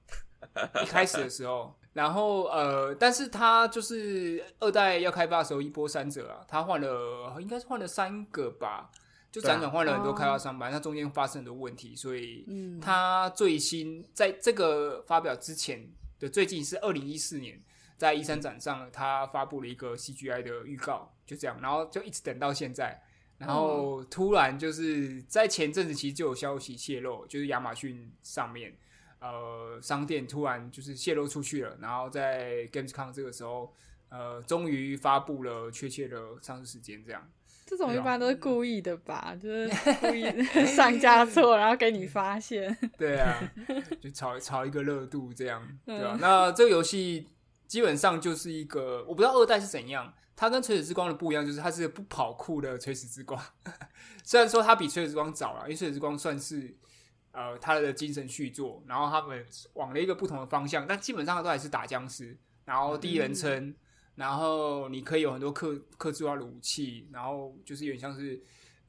Speaker 1: 一开始的时候，然后呃，但是它就是呃二代要开发的时候一波三折啊，它换了应该是换了三个吧，就
Speaker 2: 对啊
Speaker 1: 辗转换了很多
Speaker 3: 哦
Speaker 1: 开发商吧，那中间发生很多问题，所以
Speaker 3: 嗯，
Speaker 1: 它最新在这个发表之前的最近是二零一四年，在一三展上，它发布了一个 CGI 的预告，就这样，然后就一直等到现在，然后突然就是在前阵子其实就有消息泄露，就是亚马逊上面呃商店突然就是泄露出去了，然后在 Gamescom 这个时候。呃，终于发布了确切的上市时间，这样。
Speaker 3: 这种
Speaker 1: 对
Speaker 3: 一
Speaker 1: 啊
Speaker 3: 般都是故意的吧，就是故意 上架错，然后给你发现。
Speaker 1: 对啊，就炒炒一个热度这样，对吧、
Speaker 3: 嗯
Speaker 1: 那这个游戏基本上就是一个，我不知道二代是怎样，它跟垂死之光的不一样，就是它是不跑酷的垂死之光。 虽然说它比垂死之光早了，因为垂死之光算是呃它的精神续作，然后他们往了一个不同的方向，但基本上都还是打僵尸，然后第一人称。然后你可以有很多克克制化的武器，然后就是有点像是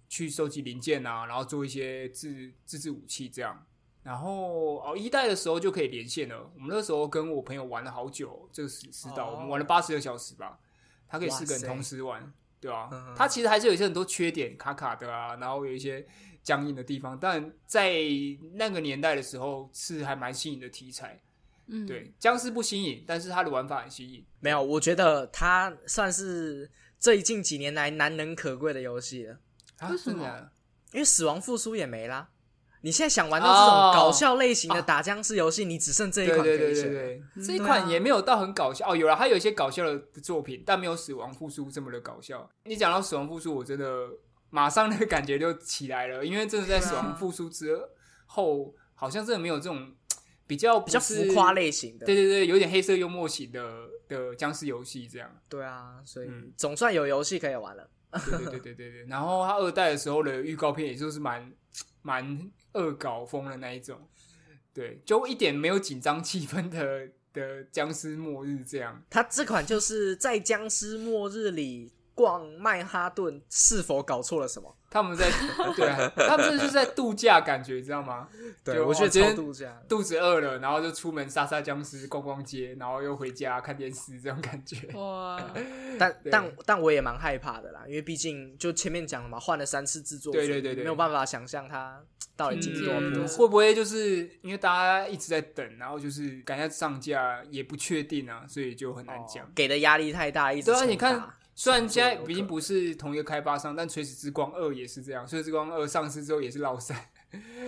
Speaker 1: 去收集零件啊，然后做一些自自制武器这样。然后哦，一代的时候就可以连线了。我们那时候跟我朋友玩了好久，这个时时道、
Speaker 2: 哦
Speaker 1: 我们玩了八十个小时吧，它可以
Speaker 2: 哇
Speaker 1: 四个人
Speaker 2: 塞
Speaker 1: 同时玩，对啊
Speaker 2: 嗯嗯，
Speaker 1: 它其实还是有一些很多缺点，卡卡的啊，然后有一些僵硬的地方，但在那个年代的时候是还蛮新颖的题材。
Speaker 3: 嗯，
Speaker 1: 对，僵尸不新颖，但是它的玩法很新颖。
Speaker 2: 没有，我觉得它算是最近几年来难能可贵的游戏了，
Speaker 1: 啊
Speaker 3: 为什
Speaker 1: 真的
Speaker 3: 么
Speaker 1: 假的
Speaker 2: 因为死亡复苏也没啦。你现在想玩到这种
Speaker 1: 哦
Speaker 2: 搞笑类型的
Speaker 1: 啊
Speaker 2: 打僵尸游戏，你只剩这一
Speaker 1: 对
Speaker 2: 款可
Speaker 1: 对对
Speaker 2: 以选
Speaker 1: 对
Speaker 2: 了。
Speaker 1: 对，
Speaker 3: 嗯
Speaker 1: 这一
Speaker 2: 对
Speaker 1: 款
Speaker 2: 啊
Speaker 1: 也没有到很搞笑哦。有了，它有一些搞笑的作品，但没有《死亡复苏》这么的搞笑。你讲到《死亡复苏》，我真的马上那个感觉就起来了，因为真的在《
Speaker 3: 对啊
Speaker 1: 死亡复苏》之后，好像真的没有这种比较
Speaker 2: 比
Speaker 1: 比
Speaker 2: 较浮夸，类型的。
Speaker 1: 对对对，有点黑色幽默型的的僵尸游戏这样。
Speaker 2: 对啊，所以
Speaker 1: 嗯
Speaker 2: 总算有游戏可以玩了。
Speaker 1: 对对对对对对。然后他二代的时候的预告片也就是蛮蛮恶搞风的那一种，对，就一点没有紧张气氛的 的僵尸末日这样。
Speaker 2: 它这款就是在僵尸末日里逛曼哈顿，是否搞错了什么？
Speaker 1: 他们在 对、啊，他们这就是在度假，感觉你知道吗？
Speaker 2: 对，
Speaker 1: 就
Speaker 2: 我觉得
Speaker 1: 哦今
Speaker 2: 超
Speaker 1: 天
Speaker 2: 度假。
Speaker 1: 肚子饿了，然后就出门杀杀僵尸、逛逛街，然后又回家看电视，这种感觉。嗯
Speaker 3: 哇，
Speaker 2: 但
Speaker 1: 对
Speaker 2: 但但我也蛮害怕的啦，因为毕竟就前面讲了嘛，换了三次制作组，
Speaker 1: 对对对对
Speaker 2: 没有办法想象它到底进度多
Speaker 3: 嗯
Speaker 2: 多
Speaker 1: 嗯，
Speaker 2: 少。
Speaker 1: 会不会就是因为大家一直在等，然后就是赶下上架也不确定啊，所以就很难讲。
Speaker 2: 哦给的压力太大，一直
Speaker 1: 对啊，
Speaker 2: 重
Speaker 1: 你看
Speaker 2: 打，
Speaker 1: 虽然现在
Speaker 2: 有可
Speaker 1: 已经不是同一个开发商，但《垂死之光二》也是这样，《垂死之光二》上市之后也是落赛。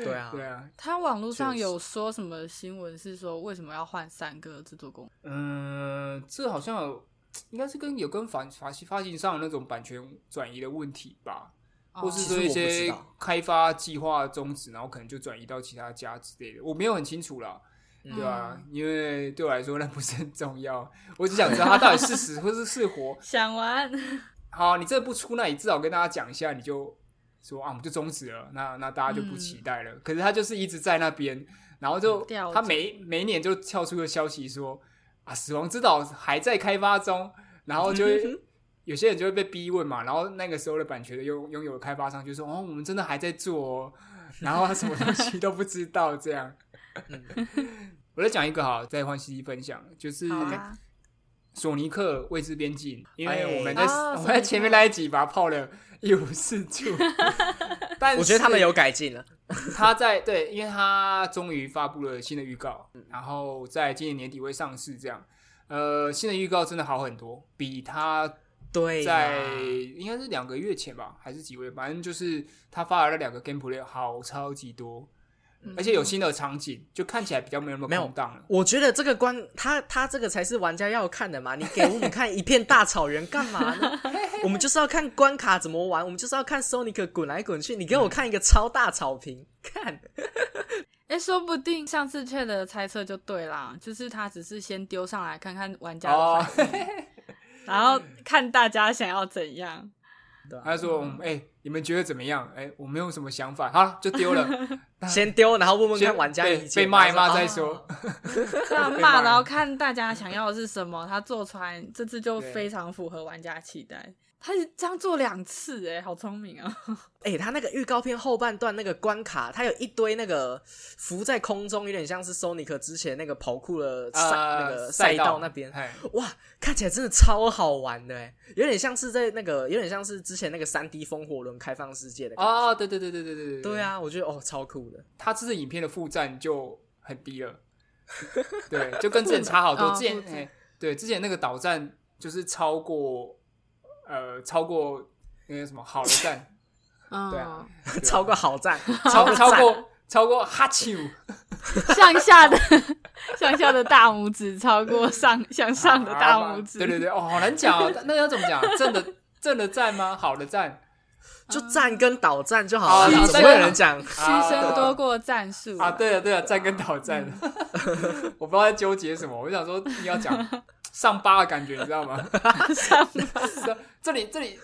Speaker 2: 对啊，
Speaker 1: 对啊，
Speaker 3: 他网络上
Speaker 1: 确实
Speaker 3: 有说什么新闻是说为什么要换三个制作公司？
Speaker 1: 嗯，这好像有应该是跟有跟法法西发行上的那种版权转移的问题吧，或
Speaker 3: 哦
Speaker 1: 是
Speaker 2: 其
Speaker 1: 说
Speaker 2: 实
Speaker 1: 一
Speaker 2: 我不知
Speaker 1: 些
Speaker 2: 道
Speaker 1: 开发计划终止，然后可能就转移到其他家之类的，我没有很清楚啦。
Speaker 2: 嗯
Speaker 1: 对啊，因为对我来说那不是很重要，我只想知道它到底是死或是是活。
Speaker 3: 想玩，
Speaker 1: 好，你这不出，那你至少跟大家讲一下，你就说啊，我们就终止了，那那大家就不
Speaker 3: 嗯
Speaker 1: 期待了。可是他就是一直在那边，然后就
Speaker 3: 嗯吊
Speaker 1: 他
Speaker 3: 着
Speaker 1: 每每一年就跳出个消息说啊，死亡之岛还在开发中，然后就
Speaker 3: 嗯
Speaker 1: 会有些人就会被逼问嘛，然后那个时候的版权的拥拥有的开发商就说哦，我们真的还在做、哦，然后他什么东西都不知道这样。 我再讲一个哈，再换 CD 分享，就是
Speaker 3: 嗯好啊，
Speaker 1: 索尼克未知边境，因
Speaker 2: 哎
Speaker 1: 为我们在、
Speaker 3: 哦
Speaker 1: 我们
Speaker 3: 索尼
Speaker 1: 在
Speaker 3: 克
Speaker 1: 前面那一集把它泡了一无是 处，但
Speaker 2: 我觉得他们
Speaker 1: 是
Speaker 2: 有改进了。
Speaker 1: 他在对，因为他终于发布了新的预告，然后在今年年底会上市，这样。呃，新的预告真的好很多，比他
Speaker 2: 对啦，
Speaker 1: 在应该是两个月前吧，还是几个月，反正就是他发了那两个 gameplay 好超级多，
Speaker 3: 嗯
Speaker 1: 而且有新的场景，就看起来比较没有那么
Speaker 2: 没有
Speaker 1: 空荡了。
Speaker 2: 我觉得这个关他他这个才是玩家要看的嘛！你给我们看一片大草原干嘛呢？我们就是要看关卡怎么玩，我们就是要看 Sonic 滚来滚去。你给我看一个超大草坪，看
Speaker 3: 哎、说不定上次确的猜测就对啦，就是他只是先丢上来看看玩家的
Speaker 1: 哦，
Speaker 3: 反 应，然后看大家想要 怎样。
Speaker 2: 对啊
Speaker 1: 他说：“ 哎、你们觉得怎么样？哎、我没有什么想法，好，就丢了。
Speaker 2: 先丢，然后问问
Speaker 1: 先
Speaker 2: 看玩家
Speaker 1: 被
Speaker 2: 意见，
Speaker 1: 被骂一
Speaker 2: 然
Speaker 1: 骂
Speaker 2: 后
Speaker 1: 再
Speaker 2: 说哦
Speaker 1: 说。
Speaker 3: 这样
Speaker 1: 被
Speaker 3: 骂，
Speaker 1: 骂
Speaker 3: 然后看大家想要的是什么，他做出来这次就
Speaker 1: 对
Speaker 3: 非常符合玩家期待。他是这样做两次、哎，好聪明啊！
Speaker 2: 哎、他那个预告片后半段那个关卡，它有一堆那个浮在空中，有点像是 Sonic 之前那个跑酷的赛、哦
Speaker 1: 呃
Speaker 2: 那个赛道那边，
Speaker 1: 哎
Speaker 2: 哇，看起来真的超好玩的、欸，有点像是在那个，有点像是之前那个三 D 风火轮开放世界的感觉。
Speaker 1: 哦，对对对对对对对，
Speaker 2: 对，啊，我觉得哦，超酷的。
Speaker 1: 他这支影片的负占就很低 了，对，就跟之前差好多。
Speaker 3: 哦
Speaker 1: 之前
Speaker 3: 负
Speaker 1: 哎、
Speaker 3: 载
Speaker 1: 对，之前那个导站就是超过呃超过那个什么好的 站，
Speaker 3: 嗯，
Speaker 1: 对啊，对
Speaker 2: 超过好 赞，
Speaker 1: 超
Speaker 2: 过
Speaker 1: 超
Speaker 2: 赞
Speaker 1: 过超过哈丘，
Speaker 3: 向下的 向下的大拇指超过上向上的大拇指，
Speaker 1: 对对对，哦，好难讲哦，那要怎么讲？正的正的站吗？好的站
Speaker 2: 就赞跟导赞就好了
Speaker 1: 哦，
Speaker 2: 怎么会有人讲？
Speaker 3: 牺牲多过战术
Speaker 1: 啊，对了对了，站跟倒站，
Speaker 3: 嗯
Speaker 1: 我不知道在纠结什么。我想说你要讲上八的感觉，你知道吗？
Speaker 3: 上
Speaker 1: 上 这里这里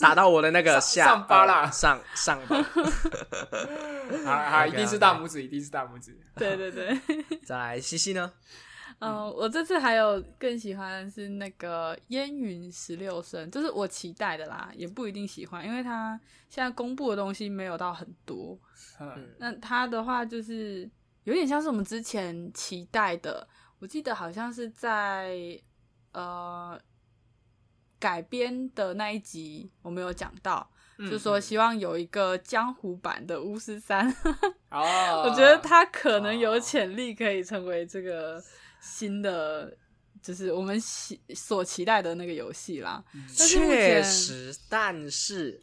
Speaker 2: 打到我的那个
Speaker 1: 上
Speaker 2: 下
Speaker 1: 上巴啦
Speaker 2: 呃上上吧。
Speaker 1: 啊啊，一
Speaker 2: OK，
Speaker 1: 定是
Speaker 2: OK
Speaker 1: 大拇指，一定是大拇指。
Speaker 3: 对对对，
Speaker 2: 再来西西呢？
Speaker 3: 嗯，我这次还有更喜欢的是那个烟云十六声，这是我期待的啦，也不一定喜欢，因为它现在公布的东西没有到很多。
Speaker 1: 嗯
Speaker 3: 那它的话就是有点像是我们之前期待的，我记得好像是在呃改编的那一集我们有讲到，
Speaker 1: 嗯
Speaker 3: 就说希望有一个江湖版的巫师三。
Speaker 1: 哦，
Speaker 3: 我觉
Speaker 2: 啊
Speaker 3: 得他可能
Speaker 2: 哦
Speaker 3: 有潜力可以成为这个新的，就是我们期所期待的那个游戏 啦。但是目
Speaker 2: 确
Speaker 3: 前
Speaker 2: 实，但是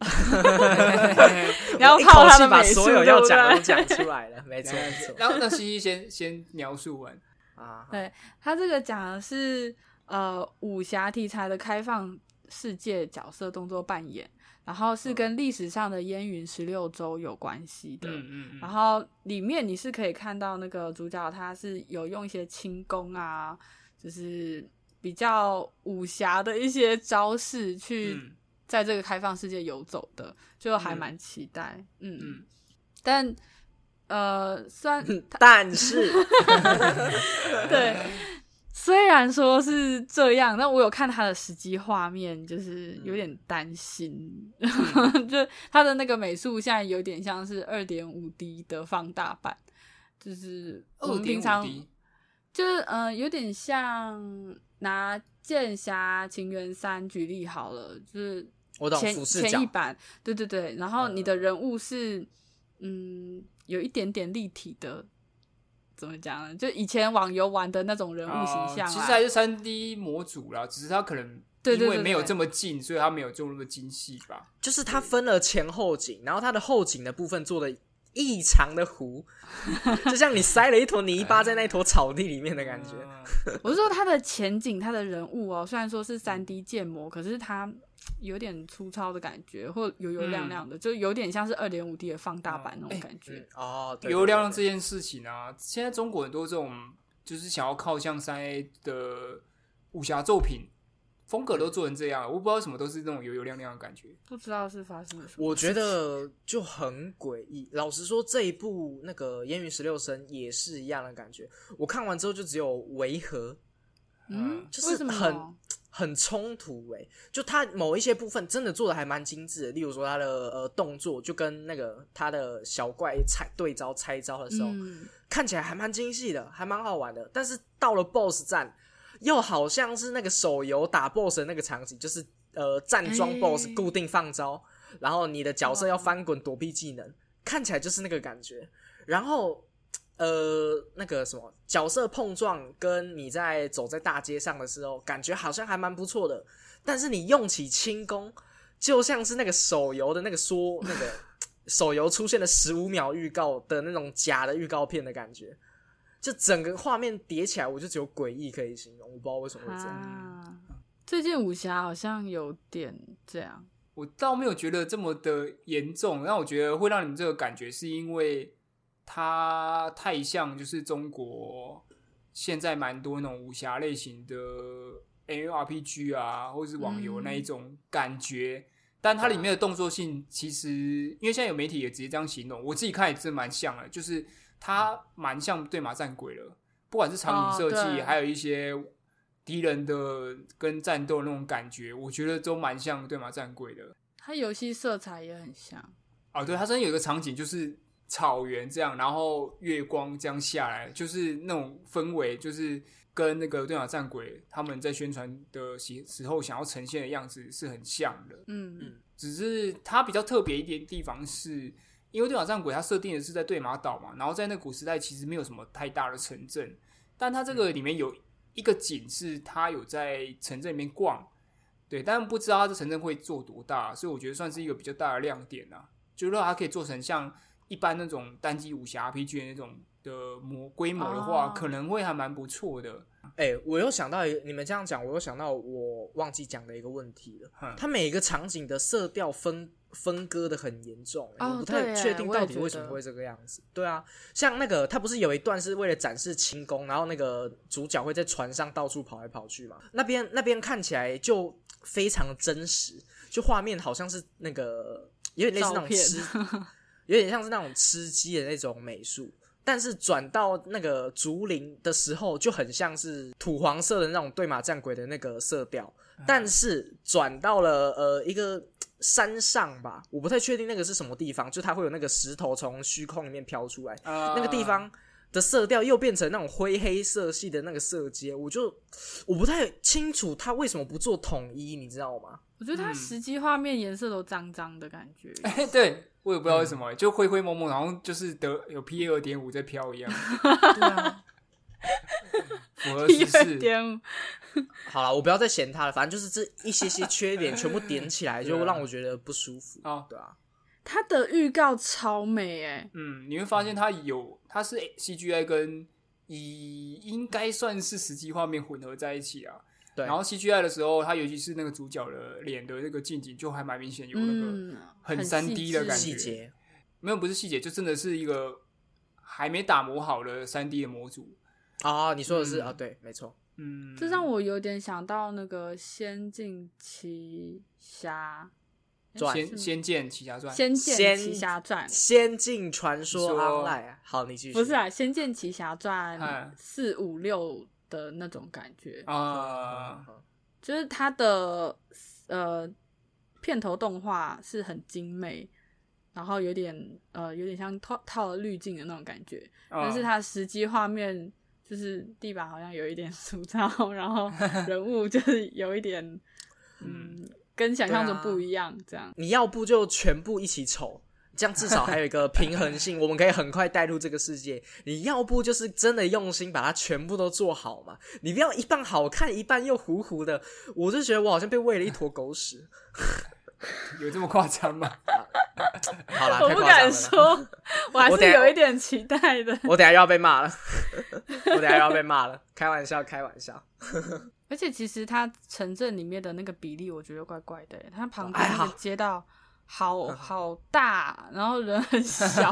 Speaker 3: 你要
Speaker 2: 我一
Speaker 3: 泡
Speaker 2: 口
Speaker 3: 他
Speaker 2: 气
Speaker 3: 的
Speaker 2: 把
Speaker 3: 美术，
Speaker 2: 所有要讲的
Speaker 3: 对
Speaker 2: 都
Speaker 3: 不对？
Speaker 2: 讲出来了，没错没错
Speaker 1: 然后那西西先先描述完，
Speaker 2: 啊。好
Speaker 3: 对他这个讲的是呃武侠题材的开放世界角色动作扮演，然后
Speaker 2: 嗯
Speaker 3: 是跟历史上的烟云十六州有关系的。
Speaker 1: 嗯嗯
Speaker 3: 然后里面你是可以看到那个主角他是有用一些轻功啊，就是比较武侠的一些招式去
Speaker 1: 嗯
Speaker 3: 在这个开放世界游走的，就还
Speaker 1: 嗯
Speaker 3: 蛮期待。嗯
Speaker 1: 嗯，
Speaker 3: 但呃，虽 然
Speaker 2: 但是
Speaker 3: 对，虽然说是这样，但我有看他的实际画面，就是有点担心，
Speaker 1: 嗯
Speaker 3: 就他的那个美术现在有点像是二点五 D 的放大版，就是我
Speaker 1: 二
Speaker 3: 们
Speaker 1: 点
Speaker 3: 平
Speaker 1: 五
Speaker 3: 常
Speaker 1: D，
Speaker 3: 就是嗯、呃有点像拿《剑侠情缘三》举例好了，就是
Speaker 2: 我懂
Speaker 3: 前
Speaker 2: 俯视角
Speaker 3: 前一版，对对对，然后你的人物是嗯有一点点立体的，怎么讲呢？就以前网游玩的那种人物
Speaker 2: 哦
Speaker 3: 形象、啊
Speaker 1: 哦其实还是三 D 模组啦，只是他可能
Speaker 3: 对对
Speaker 1: 因为
Speaker 3: 对
Speaker 1: 没有
Speaker 3: 对
Speaker 1: 这么近，所以他没有做那么精细吧。
Speaker 2: 就是它分了前后景，然后它的后景的部分做的异常的糊，就像你塞了一坨泥巴在那坨草地里面的感觉。
Speaker 1: 嗯
Speaker 3: 我是说他的前景，他的人物哦，虽然说是
Speaker 2: 嗯
Speaker 3: 三 D 建模，可是他有点粗糙的感觉，或油油亮亮的，就有点像是二点五 D 的放大版那种感觉。
Speaker 2: 嗯哦，嗯对
Speaker 1: 流量这
Speaker 2: 对对
Speaker 1: 件事情啊，现在中国很多这种就是想要靠向三 A 的武侠作品风格都做成这样，我不知道为什么都是那种油油亮亮的感觉。
Speaker 3: 不知道是发生了什么。
Speaker 2: 我觉得就很诡异。老实说，这一部那个《烟云十六声》也是一样的感觉。我看完之后就只有违和，
Speaker 3: 嗯，
Speaker 2: 就是
Speaker 3: 为什么
Speaker 2: 很很冲突诶、就它某一些部分真的做的还蛮精致的，例如说它的呃动作，就跟那个它的小怪拆对招拆招的时候，
Speaker 3: 嗯，
Speaker 2: 看起来还蛮精细的，还蛮好玩的。但是到了 BOSS 战，又好像是那个手游打 BOSS 的那个场景，就是呃站桩
Speaker 3: 哎哦
Speaker 2: BOSS 固定放招，然后你的角色要翻滚躲避技能，看起来就是那个感觉。然后呃那个什么角色碰撞，跟你在走在大街上的时候，感觉好像还蛮不错的。但是你用起轻功，就像是那个手游的那个说那个手游出现的十五秒预告的那种假的预告片的感觉，就整个画面叠起来，我就只有诡异可以形容，我不知道为什么会这样。
Speaker 3: 啊，
Speaker 1: 嗯
Speaker 3: 最近武侠好像有点这样，
Speaker 1: 我倒没有觉得这么的严重，但我觉得会让你们这个感觉是因为它太像就是中国现在蛮多那种武侠类型的 M R P G 啊，或是网游
Speaker 3: 嗯
Speaker 1: 那一种感觉。但它里面的动作性，其实因为现在有媒体也直接这样形容，我自己看也真蛮像的，就是它蛮像对马战鬼了，不管是场景
Speaker 3: 哦
Speaker 1: 设计，
Speaker 3: 对
Speaker 1: 还有一些敌人的跟战斗那种感觉，我觉得都蛮像对马战鬼的。
Speaker 3: 它游戏色彩也很像，
Speaker 1: 哦，对，它真的有一个场景，就是草原这样，然后月光这样下来，就是那种氛围，就是跟那个《对马战鬼》他们在宣传的时时候想要呈现的样子是很像的。
Speaker 3: 嗯
Speaker 1: 只是它比较特别一点的地方是，因为《对马战鬼》它设定的是在对马岛嘛，然后在那古时代其实没有什么太大的城镇，但它这个里面有一个景是它有在城镇里面逛，对，但不知道它这城镇会做多大，所以我觉得算是一个比较大的亮点啊，就是说它可以做成像一般那种单机武侠 RPG 的那种的模规模的话，
Speaker 3: 哦
Speaker 1: 可能会还蛮不错的。
Speaker 2: 哎、我又想到一个，你们这样讲，我又想到我忘记讲的一个问题了。
Speaker 1: 哼
Speaker 2: 它每一个场景的色调分分割的很严重、
Speaker 3: 哦
Speaker 2: 我不太
Speaker 3: 对耶
Speaker 2: 确定
Speaker 3: 我也
Speaker 2: 到底
Speaker 3: 觉
Speaker 2: 为什么
Speaker 3: 得
Speaker 2: 会这个样子。对啊，像那个它不是有一段是为了展示轻功，然后那个主角会在船上到处跑来跑去嘛？那边那边看起来就非常的真实，就画面好像是那个有点类似那
Speaker 3: 照
Speaker 2: 种
Speaker 3: 片
Speaker 2: 吃， 有点像是那种吃鸡的那种美术。但是转到那个竹林的时候，就很像是土黄色的那种对马战鬼的那个色调。
Speaker 3: 嗯
Speaker 2: 但是转到了呃一个山上吧，我不太确定那个是什么地方，就它会有那个石头从虚空里面飘出来，
Speaker 1: 呃
Speaker 2: 那个地方的色调又变成那种灰黑色系的那个色阶，我就我不太清楚它为什么不做统一，你知道吗？
Speaker 3: 我觉得它
Speaker 1: 嗯
Speaker 3: 实际画面颜色都脏脏的感 觉，
Speaker 1: 哎、对我也不知道
Speaker 3: 嗯
Speaker 1: 为什么、欸就灰灰蒙蒙，然后就是得有 PA 二点五在飘 一样，
Speaker 2: 对啊，
Speaker 1: 符合时
Speaker 3: 一
Speaker 1: 事。
Speaker 3: 点五，
Speaker 2: 好了，我不要再嫌它了，反正就是这一些些缺点全部点起来，
Speaker 1: 对啊
Speaker 2: 就让我觉得不舒服。
Speaker 1: 哦
Speaker 2: 对啊，
Speaker 3: 它的预告超美哎、
Speaker 1: 嗯，你会发现它有，它是 CGI 跟以应该算是实际画面混合在一起啊。
Speaker 2: 对，
Speaker 1: 然后 CGI 的时候，它尤其是那个主角的脸的那个近景，就还蛮明显有那个、
Speaker 3: 嗯，
Speaker 1: 很
Speaker 3: 很
Speaker 1: 3D 的
Speaker 3: 细致
Speaker 1: 感觉
Speaker 2: 细节，
Speaker 1: 没有不是细节，就真的是一个还没打磨好的三 D 的模组。
Speaker 2: 啊、你说的是
Speaker 1: 嗯
Speaker 2: 啊、对，没错。
Speaker 1: 嗯，
Speaker 3: 这让我有点想到那个《仙境奇侠》
Speaker 2: 传
Speaker 3: 诶
Speaker 1: 仙仙剑奇侠传
Speaker 3: 《仙剑
Speaker 2: 仙
Speaker 3: 奇侠传》
Speaker 2: 《仙境传说
Speaker 1: 你说
Speaker 2: Online》好，你继续。
Speaker 3: 不是啊，《仙剑奇侠传
Speaker 1: 嗯》
Speaker 3: 四五六的那种感觉，
Speaker 2: 嗯
Speaker 3: 嗯
Speaker 1: 啊，
Speaker 3: 就是它的呃片头动画是很精美，然后有点呃有点像套套了滤镜的那种感觉，
Speaker 2: 哦
Speaker 3: 但是
Speaker 1: 嗯
Speaker 3: 它实际画面就是地板好像有一点 粗糙，然后人物就是有一点嗯跟想象中
Speaker 2: 啊
Speaker 3: 不一样，这样
Speaker 2: 你要不就全部一起丑，这样至少还有一个平衡性，我们可以很快带入这个世界。你要不就是真的用心把它全部都做好嘛，你不要一半好看一半又糊糊的，我就觉得我好像被喂了一坨狗屎。
Speaker 1: 有这么夸张吗？
Speaker 2: 好啦，
Speaker 3: 我
Speaker 2: 啊太夸张
Speaker 3: 不
Speaker 2: 了
Speaker 3: 敢
Speaker 2: 啦。
Speaker 3: 说， 我还
Speaker 2: 我等
Speaker 3: 是
Speaker 2: 下
Speaker 3: 有一点期待的。
Speaker 2: 我等一下又要被骂了，我等一下又要被骂了，开玩笑，开玩笑。
Speaker 3: 而且其实它城镇里面的那个比例，我觉得怪怪的耶。它旁
Speaker 2: 哎
Speaker 3: 边那
Speaker 2: 好
Speaker 3: 个街道好
Speaker 1: 嗯
Speaker 3: 好大，然后人 很小，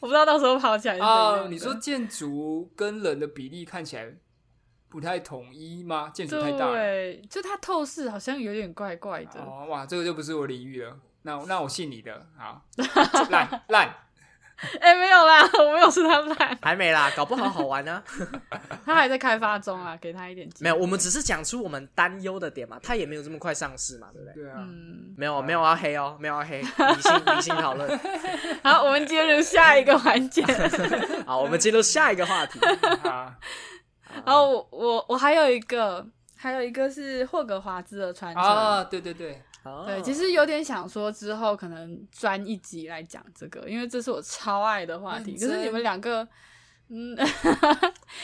Speaker 3: 我不知道到时候跑起来是怎
Speaker 1: 啊，
Speaker 3: 样的
Speaker 1: 你说建筑跟人的比例看起来不太统一吗？建筑太大了。
Speaker 3: 对，就它透视好像有点怪怪的。
Speaker 1: 哦，哇，这个就不是我领域了。那那我信你的， 好，烂烂，
Speaker 3: 哎、没有啦，我没有说他烂，
Speaker 2: 还没啦，搞不好好玩呢、
Speaker 3: 他还在开发中啊，给他一点机
Speaker 2: 没
Speaker 3: 会
Speaker 2: 有，我们只是讲出我们担忧的点嘛，它也没有这么快上市嘛，对不对？
Speaker 1: 对啊，
Speaker 3: 嗯，
Speaker 2: 没有，没有要黑哦，没有要黑，理性理性讨论。
Speaker 3: 好，我们进入下一个环 节。
Speaker 2: 好，我们进入下一个话题。
Speaker 1: 啊
Speaker 3: 然后哦我我我还有一个，还有一个是霍格华兹的 传承。
Speaker 1: 啊，对对对，嗯
Speaker 3: 对，其
Speaker 2: 实
Speaker 3: 实有点想说之后可能专一集来讲这个，因为这是我超爱的话题。
Speaker 1: 认
Speaker 3: 可
Speaker 1: 真
Speaker 3: 是你们两个，嗯，